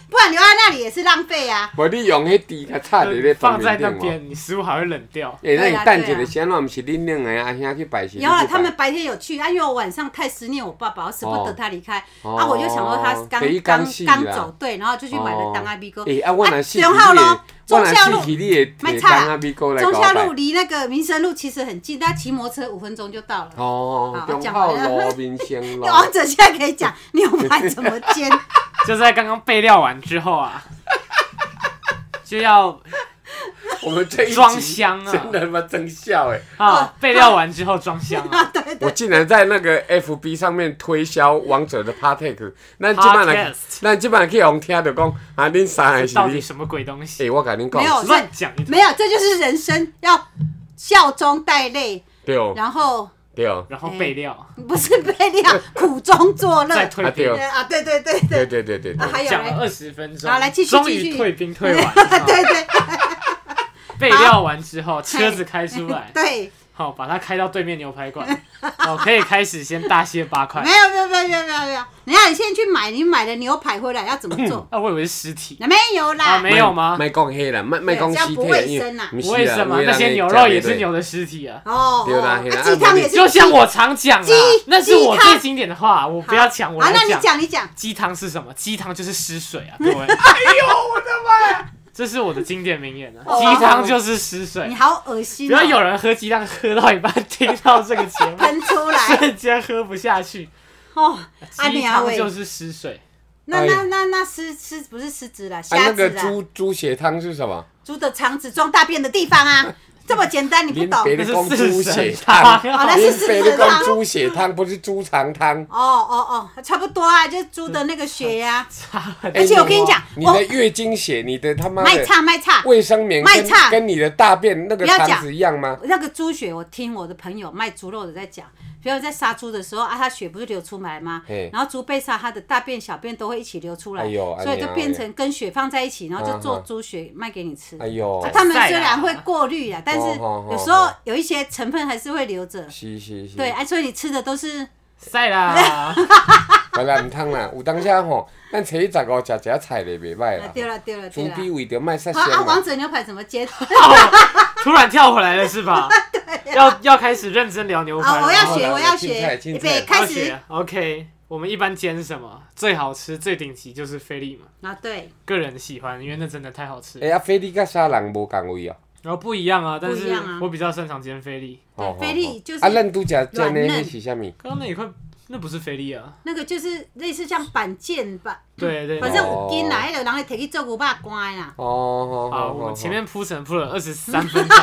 S2: 不然留在那里也是浪费啊。
S3: 无你用迄猪甲
S2: 哎
S3: 插伫咧
S1: 放在那
S3: 饭面顶哦。
S1: 边，你食物还会冷掉。
S3: 哎，那
S2: 对
S3: 你
S2: 啊
S3: 等一
S2: 对
S3: 下，
S2: 啊
S3: 先乱毋是恁两个阿兄去摆是你去
S2: 然后
S3: 摆？
S2: 他们白天有去，啊，因为我晚上太思念我爸爸，我舍不得他离开，
S3: 哦
S2: 啊，我就想说他
S3: 哦
S2: 刚
S3: 等于刚
S2: 刚
S3: 死
S2: 刚
S3: 啦
S2: 走，对，然后就去买了当 I B 哥。
S3: 诶、啊，我若死去
S2: 中孝
S3: 你
S2: 路
S3: 的，我
S2: 中
S3: 若
S2: 孝路
S3: 死去你的
S2: 卖
S3: 铁
S2: 菜啊
S3: 杆啊，美国来
S2: 中
S3: 搞
S2: 孝路
S3: 拜。
S2: 离那个民生路其实很近，大家骑摩托车五分钟就到了。
S3: 哦
S2: 好，
S3: 中
S2: 啊讲
S3: 孝
S2: 完了
S3: 路、民 生路，
S2: 王者现在可以讲啊牛排怎么煎，
S1: 就在刚刚备料完之后啊，就要
S3: 我们这一集
S1: 装箱啊
S3: 真的他妈真笑哎！
S1: 啊备料完之后装箱 啊。
S2: 对
S3: 我
S2: 对，
S3: 竟然在那个 FB 上面推销王者的 Partake，咱即摆来
S1: Podcast，
S3: 咱即摆去用听着讲啊，恁三个是
S1: 到底
S3: 你，
S1: 什么鬼东
S3: 诶、
S1: 西？
S3: 我甲恁
S2: 没
S3: 讲，
S2: 有
S1: 乱讲一通，
S2: 哎没有，这就是人生，要笑中带泪，
S3: 对哦，
S2: 然后
S3: 对哦，
S1: 然后备料，
S2: 不是被料，苦中作
S1: 再
S2: 乐。
S1: 退
S3: 啊对
S1: 兵
S3: 哦，
S2: 对啊，对对对对，
S3: 对对对对
S2: 啊
S3: 对，
S2: 还有
S1: 讲了
S2: 嘞，
S1: 二十分钟，
S2: 好来继续
S1: 终
S2: 继
S1: 于
S2: 续
S1: 退兵退完，啊
S2: 对对
S1: 备料完之后车子开 出来
S2: 对，对，
S1: 好把它开到对面牛排 馆，好可以开始先大卸八块
S2: 没。有没有没有没有没有没有，你看你现在去买，你买了牛排回来要怎么做？
S1: 啊，我以为是尸体，
S2: 那没有
S1: 啊
S2: 啦，
S1: 没有吗？
S3: 卖讲黑啦，卖卖讲
S2: 这样
S3: 尸
S2: 不
S3: 体
S2: 卫
S3: 啦，因为
S2: 生
S1: 不为
S2: 啊
S3: 不是啦
S1: 什么
S3: 因为
S1: 那
S3: 咱
S1: 些
S3: 的
S1: 牛
S3: 吃
S1: 肉
S3: 的
S1: 也是
S3: 对
S1: 牛的尸体啊？
S2: 哦，
S3: 对啦
S2: 哦
S3: 嘿
S2: 啊
S3: 啦
S2: 鸡汤也是
S1: 就像我常讲
S2: 鸡
S1: 啦，那是我
S2: 鸡汤
S1: 最经典的话，我不要讲，我
S2: 好，啊那
S1: 要
S2: 你讲你讲，
S1: 鸡汤是什么？鸡汤就是湿水 啊，各位！哎呦，我的妈呀！这是我的经典名言啊！
S2: 哇
S1: 鸡汤就是湿水
S2: 你，好恶心
S1: 只要有
S2: 哦，
S1: 人喝鸡汤喝到一半，听到这个节 目，
S2: 喷 出来
S1: 瞬间喝不下去。
S2: 哦，啊
S1: 鸡
S2: 娘
S1: 汤
S2: 喂，
S1: 就是湿水，
S2: 那
S3: 哎呀
S2: 那那那狮狮不是狮子啦，
S3: 啊，
S2: 虾
S3: 那
S2: 子
S3: 个
S2: 啦，
S3: 猪猪血汤是什么？
S2: 猪的肠子装大便的地方 啊，这么简单你不
S3: 您
S2: 懂？
S3: 别
S1: 那
S3: 的
S1: 是
S3: 讲猪
S1: 四
S3: 血
S1: 神
S3: 汤，
S2: 好那
S1: 汤。
S2: 啊是
S3: 您
S2: 四
S3: 别的
S2: 神汤
S3: 讲猪血汤，不是猪肠汤。
S2: 哦哦哦，差不多啊，就是猪的那个血啊呀、而
S3: 哎
S2: 且我跟你讲，
S3: 你的
S2: 我
S3: 月经血，你的他嗯妈
S2: 卖
S3: 的
S2: 差卖差，
S3: 卫生棉
S2: 卖
S3: 跟
S2: 菜
S3: 跟你的大便那
S2: 不
S3: 个
S2: 要讲
S3: 肠子一样吗？
S2: 那个猪血，我听我的朋友卖猪肉的在讲，比如在杀猪的时候啊，它血不是流出来吗
S3: 嘿？
S2: 然后猪被杀，它的大便、小便都会一起流出来，
S3: 哎呦
S2: 所以
S3: 哎
S2: 就
S3: 呀
S2: 变成跟血放在一起，然后就做
S3: 啊哈
S2: 猪血卖给你吃。
S3: 哎呦
S2: 啊，他们
S1: 晒
S2: 虽
S1: 啦
S2: 然会过滤啊，但是
S3: 哦哦哦
S2: 有时候
S3: 哦
S2: 有一些成分还是会留着。
S3: 是是是，
S2: 对，哎、所以你吃的都是
S1: 晒 啦！
S3: 好啦，唔通啦，有当下吼，咱初一十五食食菜咧，袂歹
S2: 啊，
S3: 啦。
S2: 对了对了对
S3: 猪
S2: 了。
S3: 鼻为着卖杀
S2: 好啊，
S3: 香
S2: 王
S3: 嘛，
S2: 者牛排怎么 煎？
S1: 突然跳回来了是 吧？要要开始认真聊牛排
S2: 啊，
S1: 了。
S2: 我要
S3: 好
S2: 学，
S3: 来
S2: 我
S3: 来
S2: 要
S3: 青菜
S2: 学，
S3: 青
S2: 预
S3: 菜
S2: 备开
S1: 要学
S2: 始。。
S1: OK，我们一般煎什么最好吃、最顶级就是菲力嘛，
S2: 啊，对，
S1: 个人喜欢，因为那真的太好吃了
S3: 哎。呀，菲力甲沙人无共位哦。
S1: 然后不一样啊，但
S2: 不一
S1: 是
S2: 样啊
S1: 我比较擅长煎菲力。
S2: 对
S3: 哦
S2: 菲力就是
S3: 啊，咱拄食煎
S2: 软
S3: 的
S2: 嫩
S3: 那是啥物？
S1: 刚刚那一块那不是菲力啊，
S2: 那个就是类似像板腱吧，
S1: 对对。
S2: 嗯反
S1: 对
S2: 正
S3: 哦
S2: 有筋啦，迄个人会摕去做牛肉干的啦。
S3: 哦哦哦
S1: 好，
S3: 哦，
S1: 我们前
S3: 哦
S1: 面铺陈铺了二十三分 钟，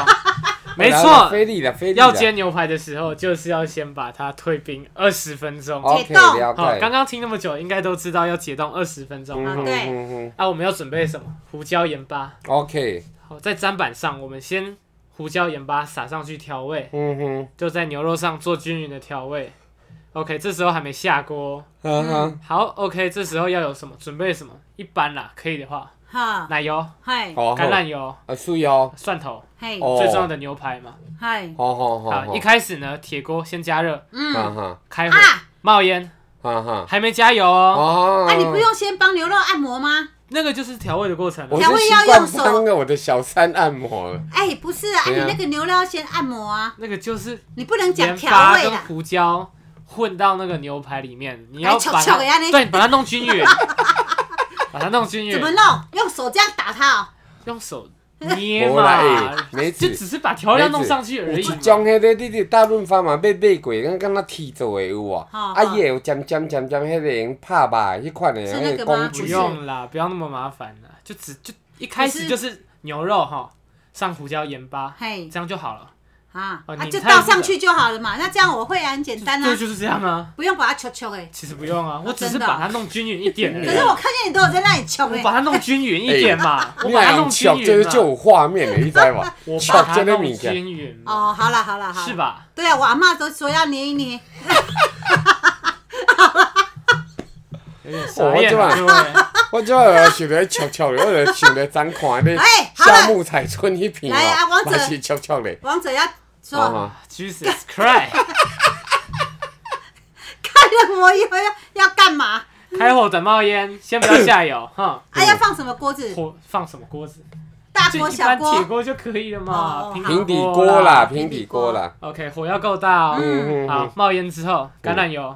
S1: 没
S3: 好啦
S1: 错。
S3: 菲力啦，菲力啦
S1: 要煎牛排的时候，就是要先把它退冰二十分钟。好，
S3: ，OK，
S2: 解冻
S3: 了解。
S1: 刚刚听那么久，应该都知道要解冻二十分钟。
S2: 嗯
S1: 啊
S2: 啊对
S3: 嗯
S1: 啊，我们要准备什么？胡椒、盐巴。
S3: ，OK，
S1: 好，在砧板上，我们先胡椒、盐巴撒上去调味，
S3: 嗯哼，
S1: 就在牛肉上做均匀的调味。OK，这时候还没下锅哦。
S3: 嗯哼，
S1: 好，OK，这时候要有什么准备什么？一般啦，可以的话，
S3: 哦
S2: 哈，
S1: 奶油、
S2: 嗨，
S3: 好，
S1: 橄榄
S3: 好
S1: 油、
S3: 啊，水哦，
S1: 蒜头，
S2: 嘿，
S3: 哦
S1: 最重要的牛排嘛。
S2: 嗨，
S3: 好好好
S1: 啊，
S3: 好
S1: 一，开始呢，铁锅先加热，
S3: 哈
S2: 嗯，
S3: 哈
S1: 开火
S2: 啊，
S1: 冒烟，
S3: 哈哈，
S1: 还没加油哦。
S3: 哦
S2: 啊，你不用先帮牛肉按摩吗？
S1: 那个就是调味的过程啊。
S3: 我
S2: 调
S3: 是
S2: 味
S3: 习
S2: 要
S3: 惯
S2: 用手
S3: 帮了我的小三按摩了。
S2: 哎，不是啊，啊
S3: 对
S2: 你
S3: 啊
S2: 那个牛肉要先按摩啊，
S1: 那个就是
S2: 你不能讲
S1: 盐
S2: 调
S1: 巴
S2: 味
S1: 跟
S2: 啦。
S1: 胡椒混到那个牛排里面，你
S2: 来
S1: 要
S2: 敲
S1: 把
S2: 敲
S1: 它
S2: 的这样
S1: 对，把它弄均匀。 把它弄均匀
S2: 怎，么弄？用手这样打它哦。
S1: 用手捏
S3: 没啦
S1: 嘛
S3: 哎，梅子
S1: 就只是把调料弄上去而
S3: 有
S1: 已
S3: 一
S1: 嘛。
S3: 种迄个，你伫大润发嘛买买过，敢敢若铁做的有无？
S2: 哈
S3: 啊，伊会有尖尖尖尖迄个用拍吧，迄款的
S2: 是那
S3: 迄
S2: 个吗
S3: 工
S1: 不
S3: 具。
S1: 用啦，不要那么麻烦啦，就只就一开始就是牛肉哈，上胡椒、盐巴，
S2: 嘿，
S1: 这样就好了。
S2: 啊
S1: 哦
S2: 啊，
S1: 你
S2: 就
S1: 看
S2: 倒
S1: 这
S2: 上
S1: 个
S2: 去就好了嘛。那这样我会啊，很简单啊
S1: 对，，就是这样啊。
S2: 不用把它敲敲哎。
S1: 其实不用啊，我只是
S2: 真的
S1: 把它弄均匀一点而
S2: 可是
S1: 已。
S2: 我看见你都有在那里敲
S1: 啊我
S2: 哎
S1: 把。它弄均匀一点 嘛，我
S3: 你
S1: 把它
S3: 若
S1: 弄
S3: 用巧，
S1: 均
S3: 这
S1: 匀
S3: 就就
S1: 嘛，
S3: 有画面的，你知无？
S1: 我
S3: 巧
S1: 把它
S3: 这个物
S1: 弄
S3: 件，
S1: 均匀嘛，
S2: 哦，好了好了好了。
S1: 是？吧？
S2: 对啊，我阿妈都说要捏一捏。
S1: 有点傻
S3: 哦
S1: 眼
S3: 我
S1: 了，
S3: 这
S1: 对不对？
S3: 我即下想着巧巧的，我就想着咱看咧
S2: 哎好了
S3: 夏木彩村迄片
S2: 来啊王
S3: 哦，
S2: 者
S3: 嘛是巧巧的。
S2: 王者要
S1: 哦
S2: 说，
S3: 啊，
S1: Jesus Christ！
S2: 看了我以后要要干嘛？
S1: 开火等冒烟，先不要下油哈。
S2: 啊，要放什么锅子？
S1: 火放什么锅子？
S2: 大
S1: 就
S2: 锅
S1: 一
S2: 小
S1: 般铁
S2: 锅？
S1: 锅就可以了嘛
S2: 哦，
S3: 平底
S1: 锅
S3: 锅啦，
S1: 啦。
S3: 平底锅啦。
S1: OK，火要够大哦。
S3: 嗯嗯
S1: 好
S3: 嗯，，
S1: 冒烟之后，橄榄油，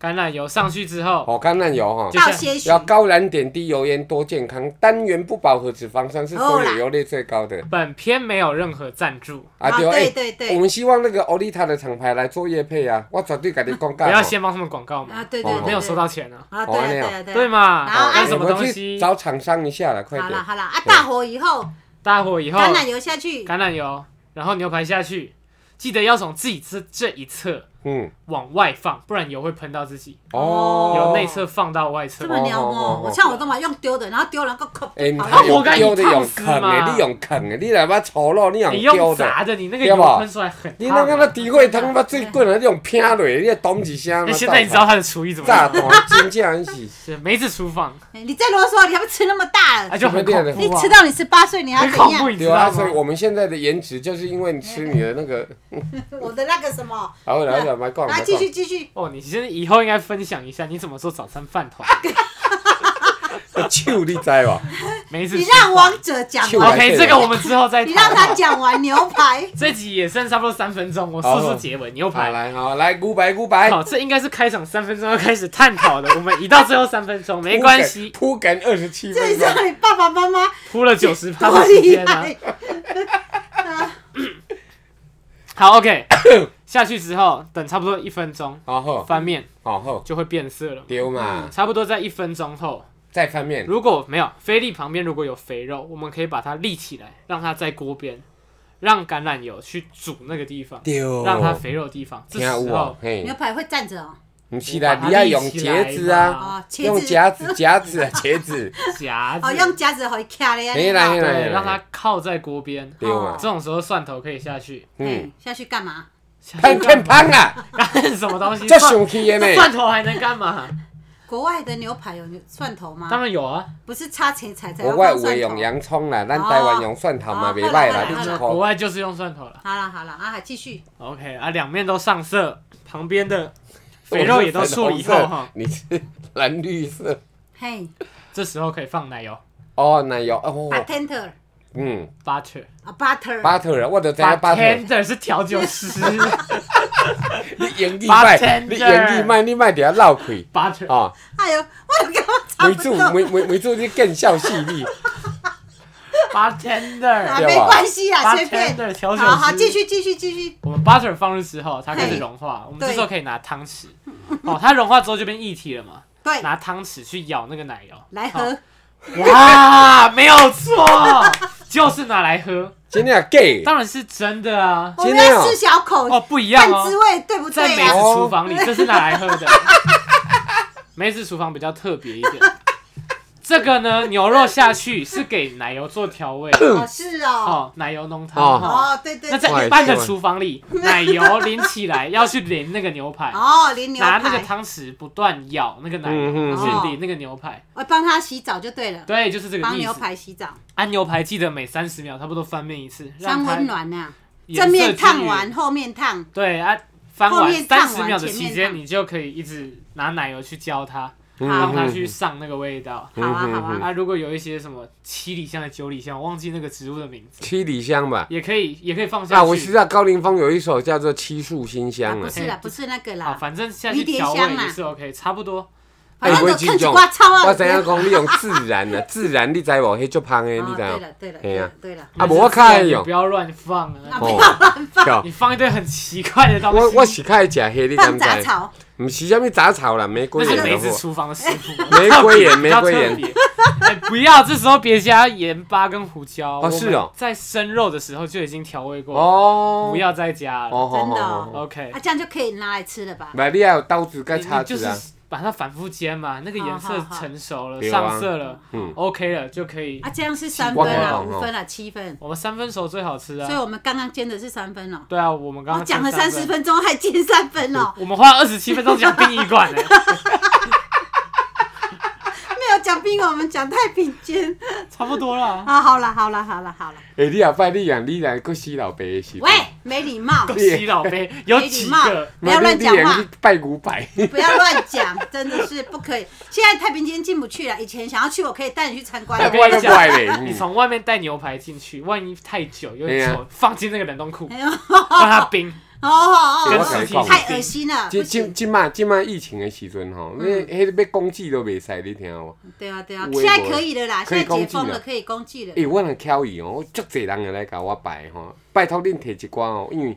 S1: 橄榄油上去之后，
S3: 哦，橄榄油哈
S1: 就。啊
S2: 倒些许
S3: 要高燃点、低油烟、多健康，单元不饱和脂肪酸是所有油类最高的。
S1: 本片没有任何赞助，
S3: 啊
S2: 啊，
S3: 对哦，
S2: 对
S3: 哎，
S2: 对
S3: 我
S2: 对，
S3: 们希望那个欧丽塔的厂牌来做业配啊，我绝对给你广
S1: 不
S3: 告。
S1: 要先帮他们广告
S2: 啊
S1: 嘛，
S2: 对对
S3: 哦哎
S2: 对，
S1: 没有收到钱啊，
S2: 啊，对啊对啊
S1: 对
S2: 对啊。
S1: 嘛？
S2: 然后
S1: 还
S2: 按
S1: 有什么
S3: 我
S1: 东
S3: 们去
S1: 西？
S3: 找厂商一下了，快
S2: 好
S3: 点
S2: 了。好了啊，大火以后
S1: 大火以后，
S2: 橄榄油下去，
S1: 橄榄油，然后牛排下去，记得要从自己这这一侧
S3: 嗯，
S1: 往外放，不然油会喷到自己，
S3: 哦，
S1: 由内侧放到外侧
S2: 这。么鸟
S3: 哦哦哦
S2: 哦！我像我都嘛用丢的，然后丢了个口，
S3: 哎，你
S2: 好
S1: 啊
S3: 还
S2: 了
S1: 我
S3: 有
S1: 跟你
S3: 丢的
S1: 烫
S3: 用
S1: 死
S3: 坑的，
S1: 嘛
S3: 你用坑的，你来把丑陋，你用
S1: 你
S3: 丢
S1: 用
S3: 的，
S1: 砸的，你那个
S3: 对吧
S1: 油喷出来很烫啊。
S3: 你那个那诋毁汤把最棍的，你用拼落，你还咚一声嘛
S1: 那。现在你 知道他的厨艺怎么
S3: 炸
S1: 样？
S3: 弹真正是，
S1: 是梅子厨房，
S2: 哎你再啰嗦，你还不吃那么大了
S1: 啊，？就很恐
S2: 你
S1: 怖啊
S2: 吃，到你十八岁，你还
S1: 很
S2: 怎
S1: 恐怖，
S2: 样？
S1: 你知
S3: 对
S1: 道
S3: 啊，
S1: 吗？
S3: 所以我们现在的颜值就是因为你吃你的那个，
S2: 我的那个什么，
S3: 好了好了，买逛
S2: 来
S3: 买
S2: 继
S3: 逛。
S2: 续继续，
S1: 哦，你现在以后应该分享一下你怎么做早餐饭团，
S2: 啊
S3: 手你知 吧？
S1: 梅子
S2: 你
S1: 厨
S2: 让
S1: 房。
S2: 王者讲
S3: 就
S2: 完，
S3: 来
S1: OK，这个我们之后再
S2: 你让他
S1: 谈。
S2: 讲完牛排，
S1: 这集也剩差不多三分钟，我速速结尾。牛
S3: 好
S1: 排，
S3: 来好来，古白古白，
S1: 好，这应该是开场三分钟要开始探讨的，我们移到最后三分钟，没关系，
S3: 铺梗二十七
S2: 这
S3: 分
S2: 里
S3: 钟。
S2: 让你爸爸妈妈
S1: 铺了九十趴
S2: 多
S1: 的时
S2: 厉
S1: 间啊
S2: 害。！
S1: 好，OK，下 去之后等差不多一分钟，
S3: 好好
S1: 翻面
S3: 好好，
S1: 就会变色了。
S3: 丢嘛，
S1: 差不多在一分钟后，
S3: 再翻面。
S1: 如果没有菲力旁边如果有肥肉，我们可以把它立起来，让它在锅边，让橄榄油去煮那个地方，
S3: 丢，
S1: 让它肥肉的地方。这
S3: 听
S1: 时
S3: 有
S1: 候
S3: 哦，嘿
S2: 牛，排会站着哦，
S3: 不是
S1: 把
S3: 啦，
S1: 它
S3: 你要
S1: 立
S3: 用
S1: 起
S3: 茄子
S1: 来
S3: 啊，
S1: 嘛
S2: 哦，
S3: 用
S2: 茄子
S3: 夹子夹子啊茄 子，
S1: 夹子，
S2: 哦，用夹子给卡嘞，
S3: 嘿啦嘿啦
S1: 对，
S3: 嘿
S1: 让它
S3: 啦，
S1: 靠在锅边。
S3: 丢嘛
S1: 这，种时候蒜头可以下去，
S3: 嗯
S2: 嗯，，下去干嘛？
S1: 下去
S3: 看看胖啊，
S1: 干 什么东西？
S3: 这
S1: 蒜
S3: 生气的
S1: 这
S3: 呢，
S1: 蒜头还能干嘛？
S2: 国外的牛排有牛蒜头吗？
S1: 当然有啊，
S2: 不是插芹菜才要
S3: 国外
S2: 放
S3: 有的
S2: 蒜
S3: 用
S2: 头。
S3: 洋葱啦，咱台湾用蒜头嘛，袂歹啦，
S2: 哦
S3: 你一
S1: 国
S3: 箍。
S1: 外就是用蒜头了。
S2: 好了好了啊，还继续
S1: OK 啊，两面都上色，旁边的肥肉也都处理后哈，
S3: 你是蓝绿色
S2: 嘿
S1: 这时候可以放奶油
S3: 哦，奶油哦，
S2: ，bartender
S3: 嗯
S1: ，butter。
S2: 啊 butter，
S3: ，butter 啦，我就知影 butter。
S1: bartender 是调酒师
S3: 你演技歹，
S1: Bartender
S3: 你演技歹，你莫伫遐闹开
S1: ，butter
S3: 哦。
S2: 哎呦，我都跟我差
S3: 梅
S2: 啊不
S3: 子
S2: 多，
S3: 梅梅梅子，你更笑细 腻。
S2: 啊
S1: bartender
S2: 没关系啊，随便。
S1: bartender 调酒师。
S2: 好好，继。续继续继续，
S1: 我们 butter 放入之后，它开始
S2: 嘿
S1: 融化，我们
S2: 对
S1: 这时候可以拿汤匙。哦，它融化之后就变液体了嘛，
S2: 对，
S1: 拿汤匙去舀那个奶油。
S2: 来
S1: 哦
S2: 喝，
S1: 哇，没有 错，就是拿来喝，
S3: 真的啊假的？
S1: 当然是真的啊。
S2: 我们
S3: 今天哦
S2: 要试小口，
S1: 哦，不一样
S2: 看
S1: 哦
S2: 滋，味对不啊
S1: 在
S2: 对
S1: 梅子
S2: 呀？
S1: 厨房里，这是拿来喝 的。梅子厨房比较特别一点。这个呢，牛肉下去是给奶油做调 味，
S2: 哦，是哦，
S1: 哦，奶油浓汤。
S3: 哦
S1: 哦
S2: 哦，对对
S1: 那
S2: 对，
S1: 在一般的厨房里，奶油淋起来要去淋那个牛排，
S2: 哦，淋牛
S1: 拿那个
S2: 排，
S1: 汤匙不断舀那个奶油
S3: 嗯嗯
S2: 嗯
S1: 去淋那个牛排。
S2: 我帮他洗澡就对了，
S1: 对，就是这个
S2: 帮
S1: 意
S2: 牛
S1: 思。
S2: 排洗澡，
S1: 按牛排记得每三十秒差不多翻面一次，让
S2: 三
S1: 它
S2: 温暖呐，
S1: 颜色
S2: 正面烫
S1: 均匀
S2: 完，后面烫，
S1: 对啊，翻
S2: 后
S1: 完
S2: 面烫
S1: 三
S2: 完
S1: 十秒的
S2: 前
S1: 期
S2: 面
S1: 间，
S2: 烫
S1: 你就可以一直拿奶油去浇它，
S2: 好
S1: 让它去上那个味道。
S2: 好啊好
S3: 嗯
S2: 啊，
S1: 啊，如果有一些什么七里香的、九里香，我忘记那个植物的名字，
S3: 七里香吧。
S1: 也可以，也可以放
S3: 啊，
S1: 下
S3: 我知
S1: 去。
S3: 道高凌风有一首叫做《七树新
S2: 啊
S3: 香》
S2: 不
S3: 啊。
S2: 是啦，不是那个
S1: 啊，
S2: 啦，
S1: 反正下去
S2: 迷迭
S1: 调味
S2: 香
S1: 也
S2: 啦
S1: 是 OK，差不多。
S2: 啊，
S3: 你
S2: 咱
S3: 哎不会
S2: 就啃
S3: 记
S2: 一
S3: 种。
S2: 寡草啊。
S3: 我知影讲你用自 然的，自然你知无？迄足芳的，
S2: 哦对
S3: 你知
S2: 了
S3: 无？
S2: 对了
S3: 嘿
S2: 对
S3: 啊
S2: 了对了，
S3: 啊，无我较爱
S1: 你
S3: 用
S1: 不，要乱放啊！
S3: 哦，
S1: 你放一堆很奇怪的东西，
S3: 我我是较爱食迄，你
S2: 放
S3: 敢
S2: 杂
S3: 知？
S2: 草，
S3: 毋是啥物杂草啦，玫瑰
S1: 那
S3: 盐
S1: 是梅
S3: 的
S1: 子
S3: 货，
S1: 厨房的师傅，
S3: 玫瑰盐，
S1: 比
S3: 玫
S1: 较
S3: 瑰
S1: 特
S3: 盐，
S1: 别。哎，不要，这时候别加盐巴跟胡椒。我们
S3: 是哦
S1: 在生肉的时候就已经调味过，
S3: 哦，
S1: 不，要再加了。
S3: 哦，好
S2: 真的
S3: 好
S2: 哦
S3: 好，
S1: OK，
S2: 啊，这样就可以拿来吃了吧？
S3: 来，你还有刀子
S1: 你
S3: 跟叉
S1: 你就
S3: 子
S1: 是
S3: 啊，
S1: 把它反复煎嘛，那个颜色
S2: 好好好
S1: 成熟了，
S3: 对啊
S1: 上色了
S3: 嗯，
S1: ，OK 了就可以
S2: 啊，。这样是三分啊，
S3: 我懂
S2: 五分啊，七分。
S1: 我们三分熟最好吃
S2: 所以
S1: 啊。
S2: 我们刚刚煎的是三分哦，
S1: 对啊，我们刚
S2: 我
S1: 刚
S2: 讲了
S1: 吃三
S2: 三十，分钟还煎三分 哦，
S1: 我们花了二十七分钟讲殡仪 馆呢。
S2: 没有讲冰我们讲太平间
S1: 差不多了。
S2: 啊。好了好了好了好了，
S3: 诶，你也拜你啊，你来去死老爸的时候
S2: 喂，没礼貌，
S1: 洗 老杯有几个？
S2: 不要乱讲
S3: 你
S2: 话
S3: 你去拜五百，
S2: 不要乱讲，真的是不可以。现在太平间进不去了，以前想要去我可以带你去参观哦
S1: 我
S3: 拜
S1: 跟你
S3: 拜就
S1: 讲
S3: 拜嘞，
S1: 你
S3: 嗯
S1: 从外面带牛排进去，万一太久又
S3: 哎呀
S1: 臭，放进那个冷冻库，
S2: 哎呦
S1: 让它冰。
S2: 哦哦
S3: 跟
S2: 哦
S3: 尸体
S2: 哦，太恶心了，不
S3: 即即
S2: 行。
S3: 即嘛即嘛疫情的时阵吼，
S1: 嗯
S3: 你迄要攻击都袂使，你听有无？
S2: 对啊对啊，
S3: 微博
S2: 现在可以了啦，
S3: 可
S2: 现
S3: 以
S2: 在解
S3: 攻击
S2: 封了，
S3: 了
S2: 可以攻击了。
S3: 诶，我若巧伊哦，我足侪人会来甲我拜吼，拜托恁摕一寡哦，因为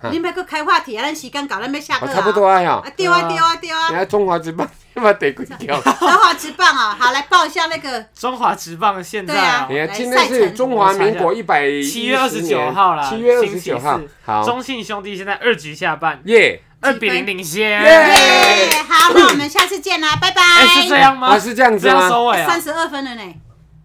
S3: 啊
S2: 你们要搁开话题啊，咱时间搞，咱要下课
S3: 我
S2: 啊。
S3: 差不多啊吼
S2: 啊，，对啊对啊对啊
S3: 人，家中华之棒，你嘛第几条？
S2: 中华职棒啊，好来报一下那 个
S1: 中华职棒现在啊
S3: 你，看，
S2: 来
S3: 哎今天
S2: 赛
S3: 是
S2: 程
S3: 中华民国一百
S1: 七月二十九号啦，
S3: 七月二
S1: 星
S3: 十
S1: 期
S3: 九号
S1: 四，
S3: 好，
S1: 中信兄弟现在二局下半，
S3: 耶，
S1: 二比零领先。
S3: 耶
S2: 耶，好，那我们下次见啦，拜
S1: 哎，是这
S2: 拜。
S1: 样吗
S3: 啊？是这样子
S1: 这样
S3: 吗？
S1: 收尾啊哎
S2: 三？十二分了呢，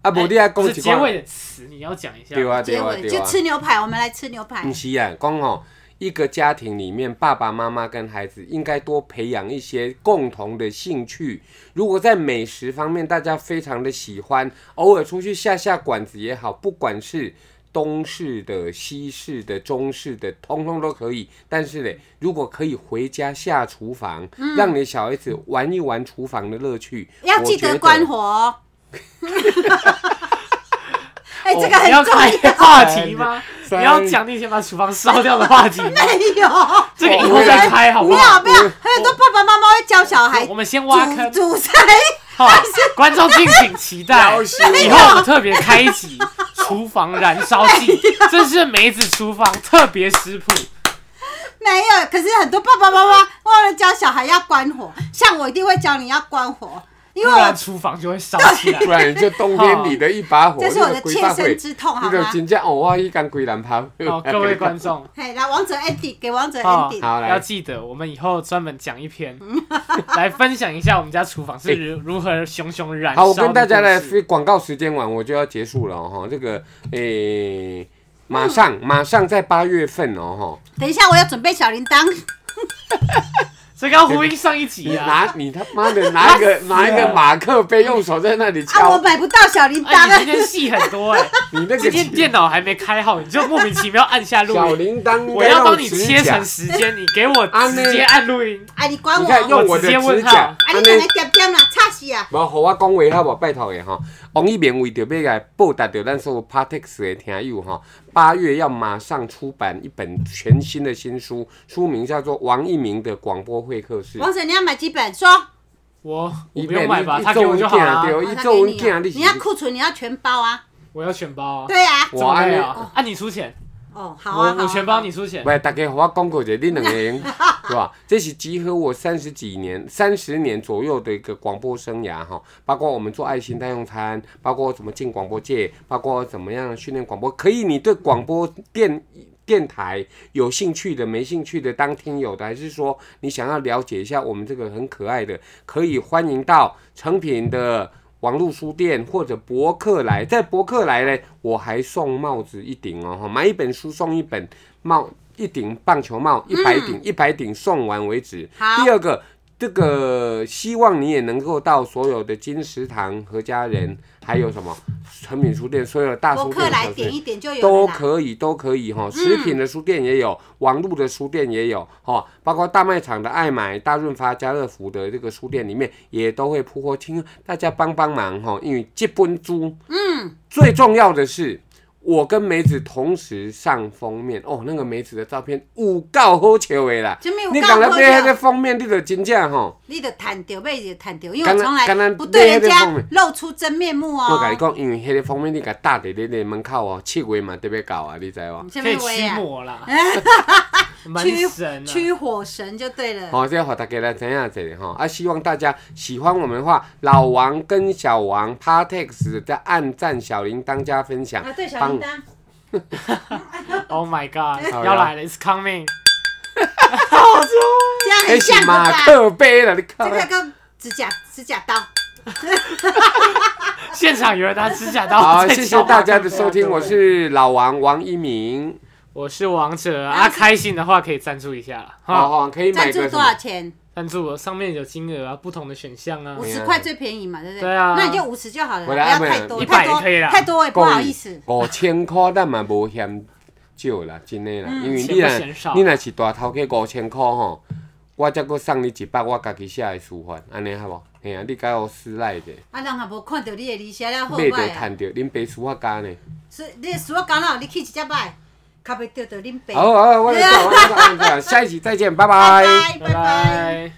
S3: 啊，无你来讲一
S1: 是结
S3: 寡
S1: 尾，的词，你要讲一下。
S3: 对啊对
S2: 结
S3: 啊
S2: 尾
S3: 对
S2: 就
S3: 啊，
S2: 吃牛排，我们来吃牛排
S3: 不。是啊，讲哦。一个家庭里面，爸爸妈妈跟孩子应该多培养一些共同的兴趣。如果在美食方面大家非常的喜欢，偶尔出去下下馆子也好，不管是东式的、西式的、中式的，通通都可以。但是呢，如果可以回家下厨房，让你小孩子玩一玩厨房的乐趣，
S2: 嗯要
S3: 我
S2: 记
S3: 觉
S2: 得关火哦。 哎，这个很
S1: 哦要
S2: 重
S1: 开
S2: 要。
S1: 话题吗？你
S3: 三
S1: 要讲你先把厨房烧掉的话题吗，
S2: 哎呦，
S1: 这个以后再开好
S2: 没
S1: 不
S2: 有
S1: 好？
S2: 没有，还有很多爸爸妈妈会教小孩
S1: 我们先挖
S2: 煮
S1: 坑，
S2: 煮菜，
S1: 好，观众敬请期待。
S3: 要修
S1: 以后我们特别开一集《厨房燃烧记》，这是梅子厨房特别食谱。
S2: 没有。可是很多爸爸妈妈忘了教小孩要关火，像我一定会教你要关火，因为
S1: 不
S3: 啊
S1: 然
S2: 我
S1: 厨房就会烧起来
S3: 不。然你就冬天里的一把火，
S2: 这是我
S3: 你
S2: 的
S3: 就
S2: 切
S3: 规百
S2: 身
S3: 岁
S2: 之痛，好
S3: 你就
S2: 吗？
S3: 真正哦，我一干规人跑。
S1: 好，各位观众，
S2: 嘿，来王者 Andy 给王者
S1: 好
S2: Andy。
S3: 好
S1: 要
S3: 来，
S1: 记得，我们以后专门讲一篇， 来分享一下我们家厨房是如如何熊熊燃烧
S3: 哎好，
S1: 的
S3: 我
S1: 故事。
S3: 跟大家来非广告时间完，我就要结束了哦哈。这个诶、马上马上在八月份哦哈，
S2: 等一下，我要准备小铃铛。
S1: 这个要呼应上一
S3: 你
S1: 集啊。
S3: 拿你他妈的拿一个 拿一个马克杯，用手在那里
S2: 啊，我
S3: 敲，
S2: 买不到小铃铛
S1: 哎，你今
S2: 啊！
S1: 天戏很多哎，
S3: 你那
S1: 今天
S3: 个
S1: 电脑还没开好，你就莫名其妙按下录
S3: 小
S1: 音。
S3: 铃铛，
S1: 我要帮你切成时间，你给我
S3: 啊
S1: 直接按录音。
S2: 哎，你管
S3: 你
S2: 我！
S3: 看
S2: 啊，
S3: 用我的
S1: 我直
S3: 指
S1: 接问号
S3: 甲，
S2: 你
S3: 这
S2: 哪
S3: 样
S2: 来点点啦？吵死啊！
S3: 无，互我讲话好无？拜托的吼，王一鸣为着要来报答着咱所有 Partex 的听友吼，八月要马上出版一本全新的新书，书名叫做《王一鸣的广播会客室》。
S2: 王者，你要买几本？说，
S1: 我我
S3: 一
S1: 不用买吧，
S3: 一
S1: 他给我就好了啊。
S3: 对，
S2: 我
S3: 一
S2: 拿
S3: 做文
S2: 给你啊
S3: 件你
S2: 你要
S3: 是
S2: 库存，你要全包啊！
S1: 我要全包啊。
S2: 对啊。
S1: 怎么
S3: 安
S1: 没
S3: 尼
S1: 有？啊，你出钱，
S2: 哦，好啊，
S1: 我
S2: 好啊。
S1: 我全包，你出钱。
S3: 喂，大家给我讲过者，恁两个人是吧？这是集合我三十几年、三十年左右的一个广播生涯哈，包括我们做爱心代用餐，包括我怎么进广播界，包括怎么样训练广播。可以，你对广播电电台有兴趣的、没兴趣的，当听友的，还是说你想要了解一下我们这个很可爱的，可以欢迎到成品的。网络书店或者博客来，在博客来呢，我还送帽子一顶哦，哈买一本书送一本帽，一顶棒球帽，一百顶，一百顶送完为止。
S2: 嗯好
S3: 第二个，这个希望你也能够到所有的金石堂、和家人，还有什么成品书店，所有的大
S2: 博
S3: 书
S2: 客
S3: 店、
S2: 来
S3: 小
S2: 点
S3: 店
S2: 一点就有
S3: 都
S2: 了啦。嗯
S3: 可以，都可以哈。实品的书店也有，网络的书店也有哈，包括大卖场的爱买、大润发、家乐福的这个书店里面也都会铺货，请大家帮帮忙哈，因为这本书，嗯，最重要的是。我跟梅子同时上封面，哦，那个梅子的照片有够好笑的啦！
S2: 真的有
S3: 你
S2: 够
S3: 讲来
S2: 好
S3: 买
S2: 笑
S3: 那个封面，你就真正吼。
S2: 你得谈掉，妹就谈掉，因为
S3: 刚
S2: 我
S3: 刚
S2: 从来
S3: 刚刚
S2: 不对人
S3: 在那
S2: 家
S3: 方面
S2: 露出真面目
S3: 我甲你
S2: 哦。
S3: 讲，因为迄个封面你甲搭伫你的门口哦，七月嘛特别到啊，你知无？
S2: 下
S1: 可以
S2: 面
S1: 驱
S2: 啊，
S1: 魔 啦，门神
S2: 驱
S1: 啊，
S2: 驱火神就对了。
S3: 好、哦，这要给大家来知影一下吼。啊，希望大家喜欢我们的话，老王跟小王 Partex 在按赞、小铃铛加分享
S2: 啊，，对，小铃铛，
S1: Oh my god，
S3: 好呀
S1: 要来了，It's coming！
S2: 这样
S3: 那
S2: 很像
S3: 哎是
S2: 了
S3: 马
S2: 吧？
S3: 克杯了，你看
S2: 这。个跟指甲指甲刀，
S1: 现场有人拿指甲刀。
S3: 好，啊
S1: 在
S3: 谢谢
S1: 敲
S3: 大家
S1: 门
S3: 的收听，我是老王王一鸣。
S1: 我是王者啊，开心的话可以赞助一下啦，哈，
S3: 哦哦，可以买
S2: 赞助
S3: 个什
S2: 多少
S3: 么？
S2: 钱？
S1: 赞助我上面有金额啊，不同的选项啊
S2: 五，
S3: 呀
S2: 十块最便宜嘛，对不对？
S1: 对啊
S2: 那你就五十就好了，不
S3: 我来
S2: 要
S3: 安慰
S2: 太
S3: 你
S2: 多，
S1: 一百
S2: 太
S1: 也
S2: 多
S1: 可以啦
S2: 太多我也不好意思。
S3: 五千块咱嘛无嫌少啦，真的啦，
S2: 嗯
S3: 因为你
S1: 钱
S3: 若
S1: 不嫌少
S3: 你若是大头家五千块吼，我再搁送你一百，我家己写的书法，安尼好无？嘿啊，你甲我私赖者，
S2: 啊，人也无看到你的字写了好
S3: 买着
S2: 歹啊，
S3: 趁着，恁爸书法家呢？
S2: 所以你的书我讲了，你去一只摆，较袂钓到恁爸。
S3: 好好，我来走，我来走，我来走，下一集再见，拜
S2: 拜拜，
S3: 拜。
S2: 拜拜。
S1: 拜。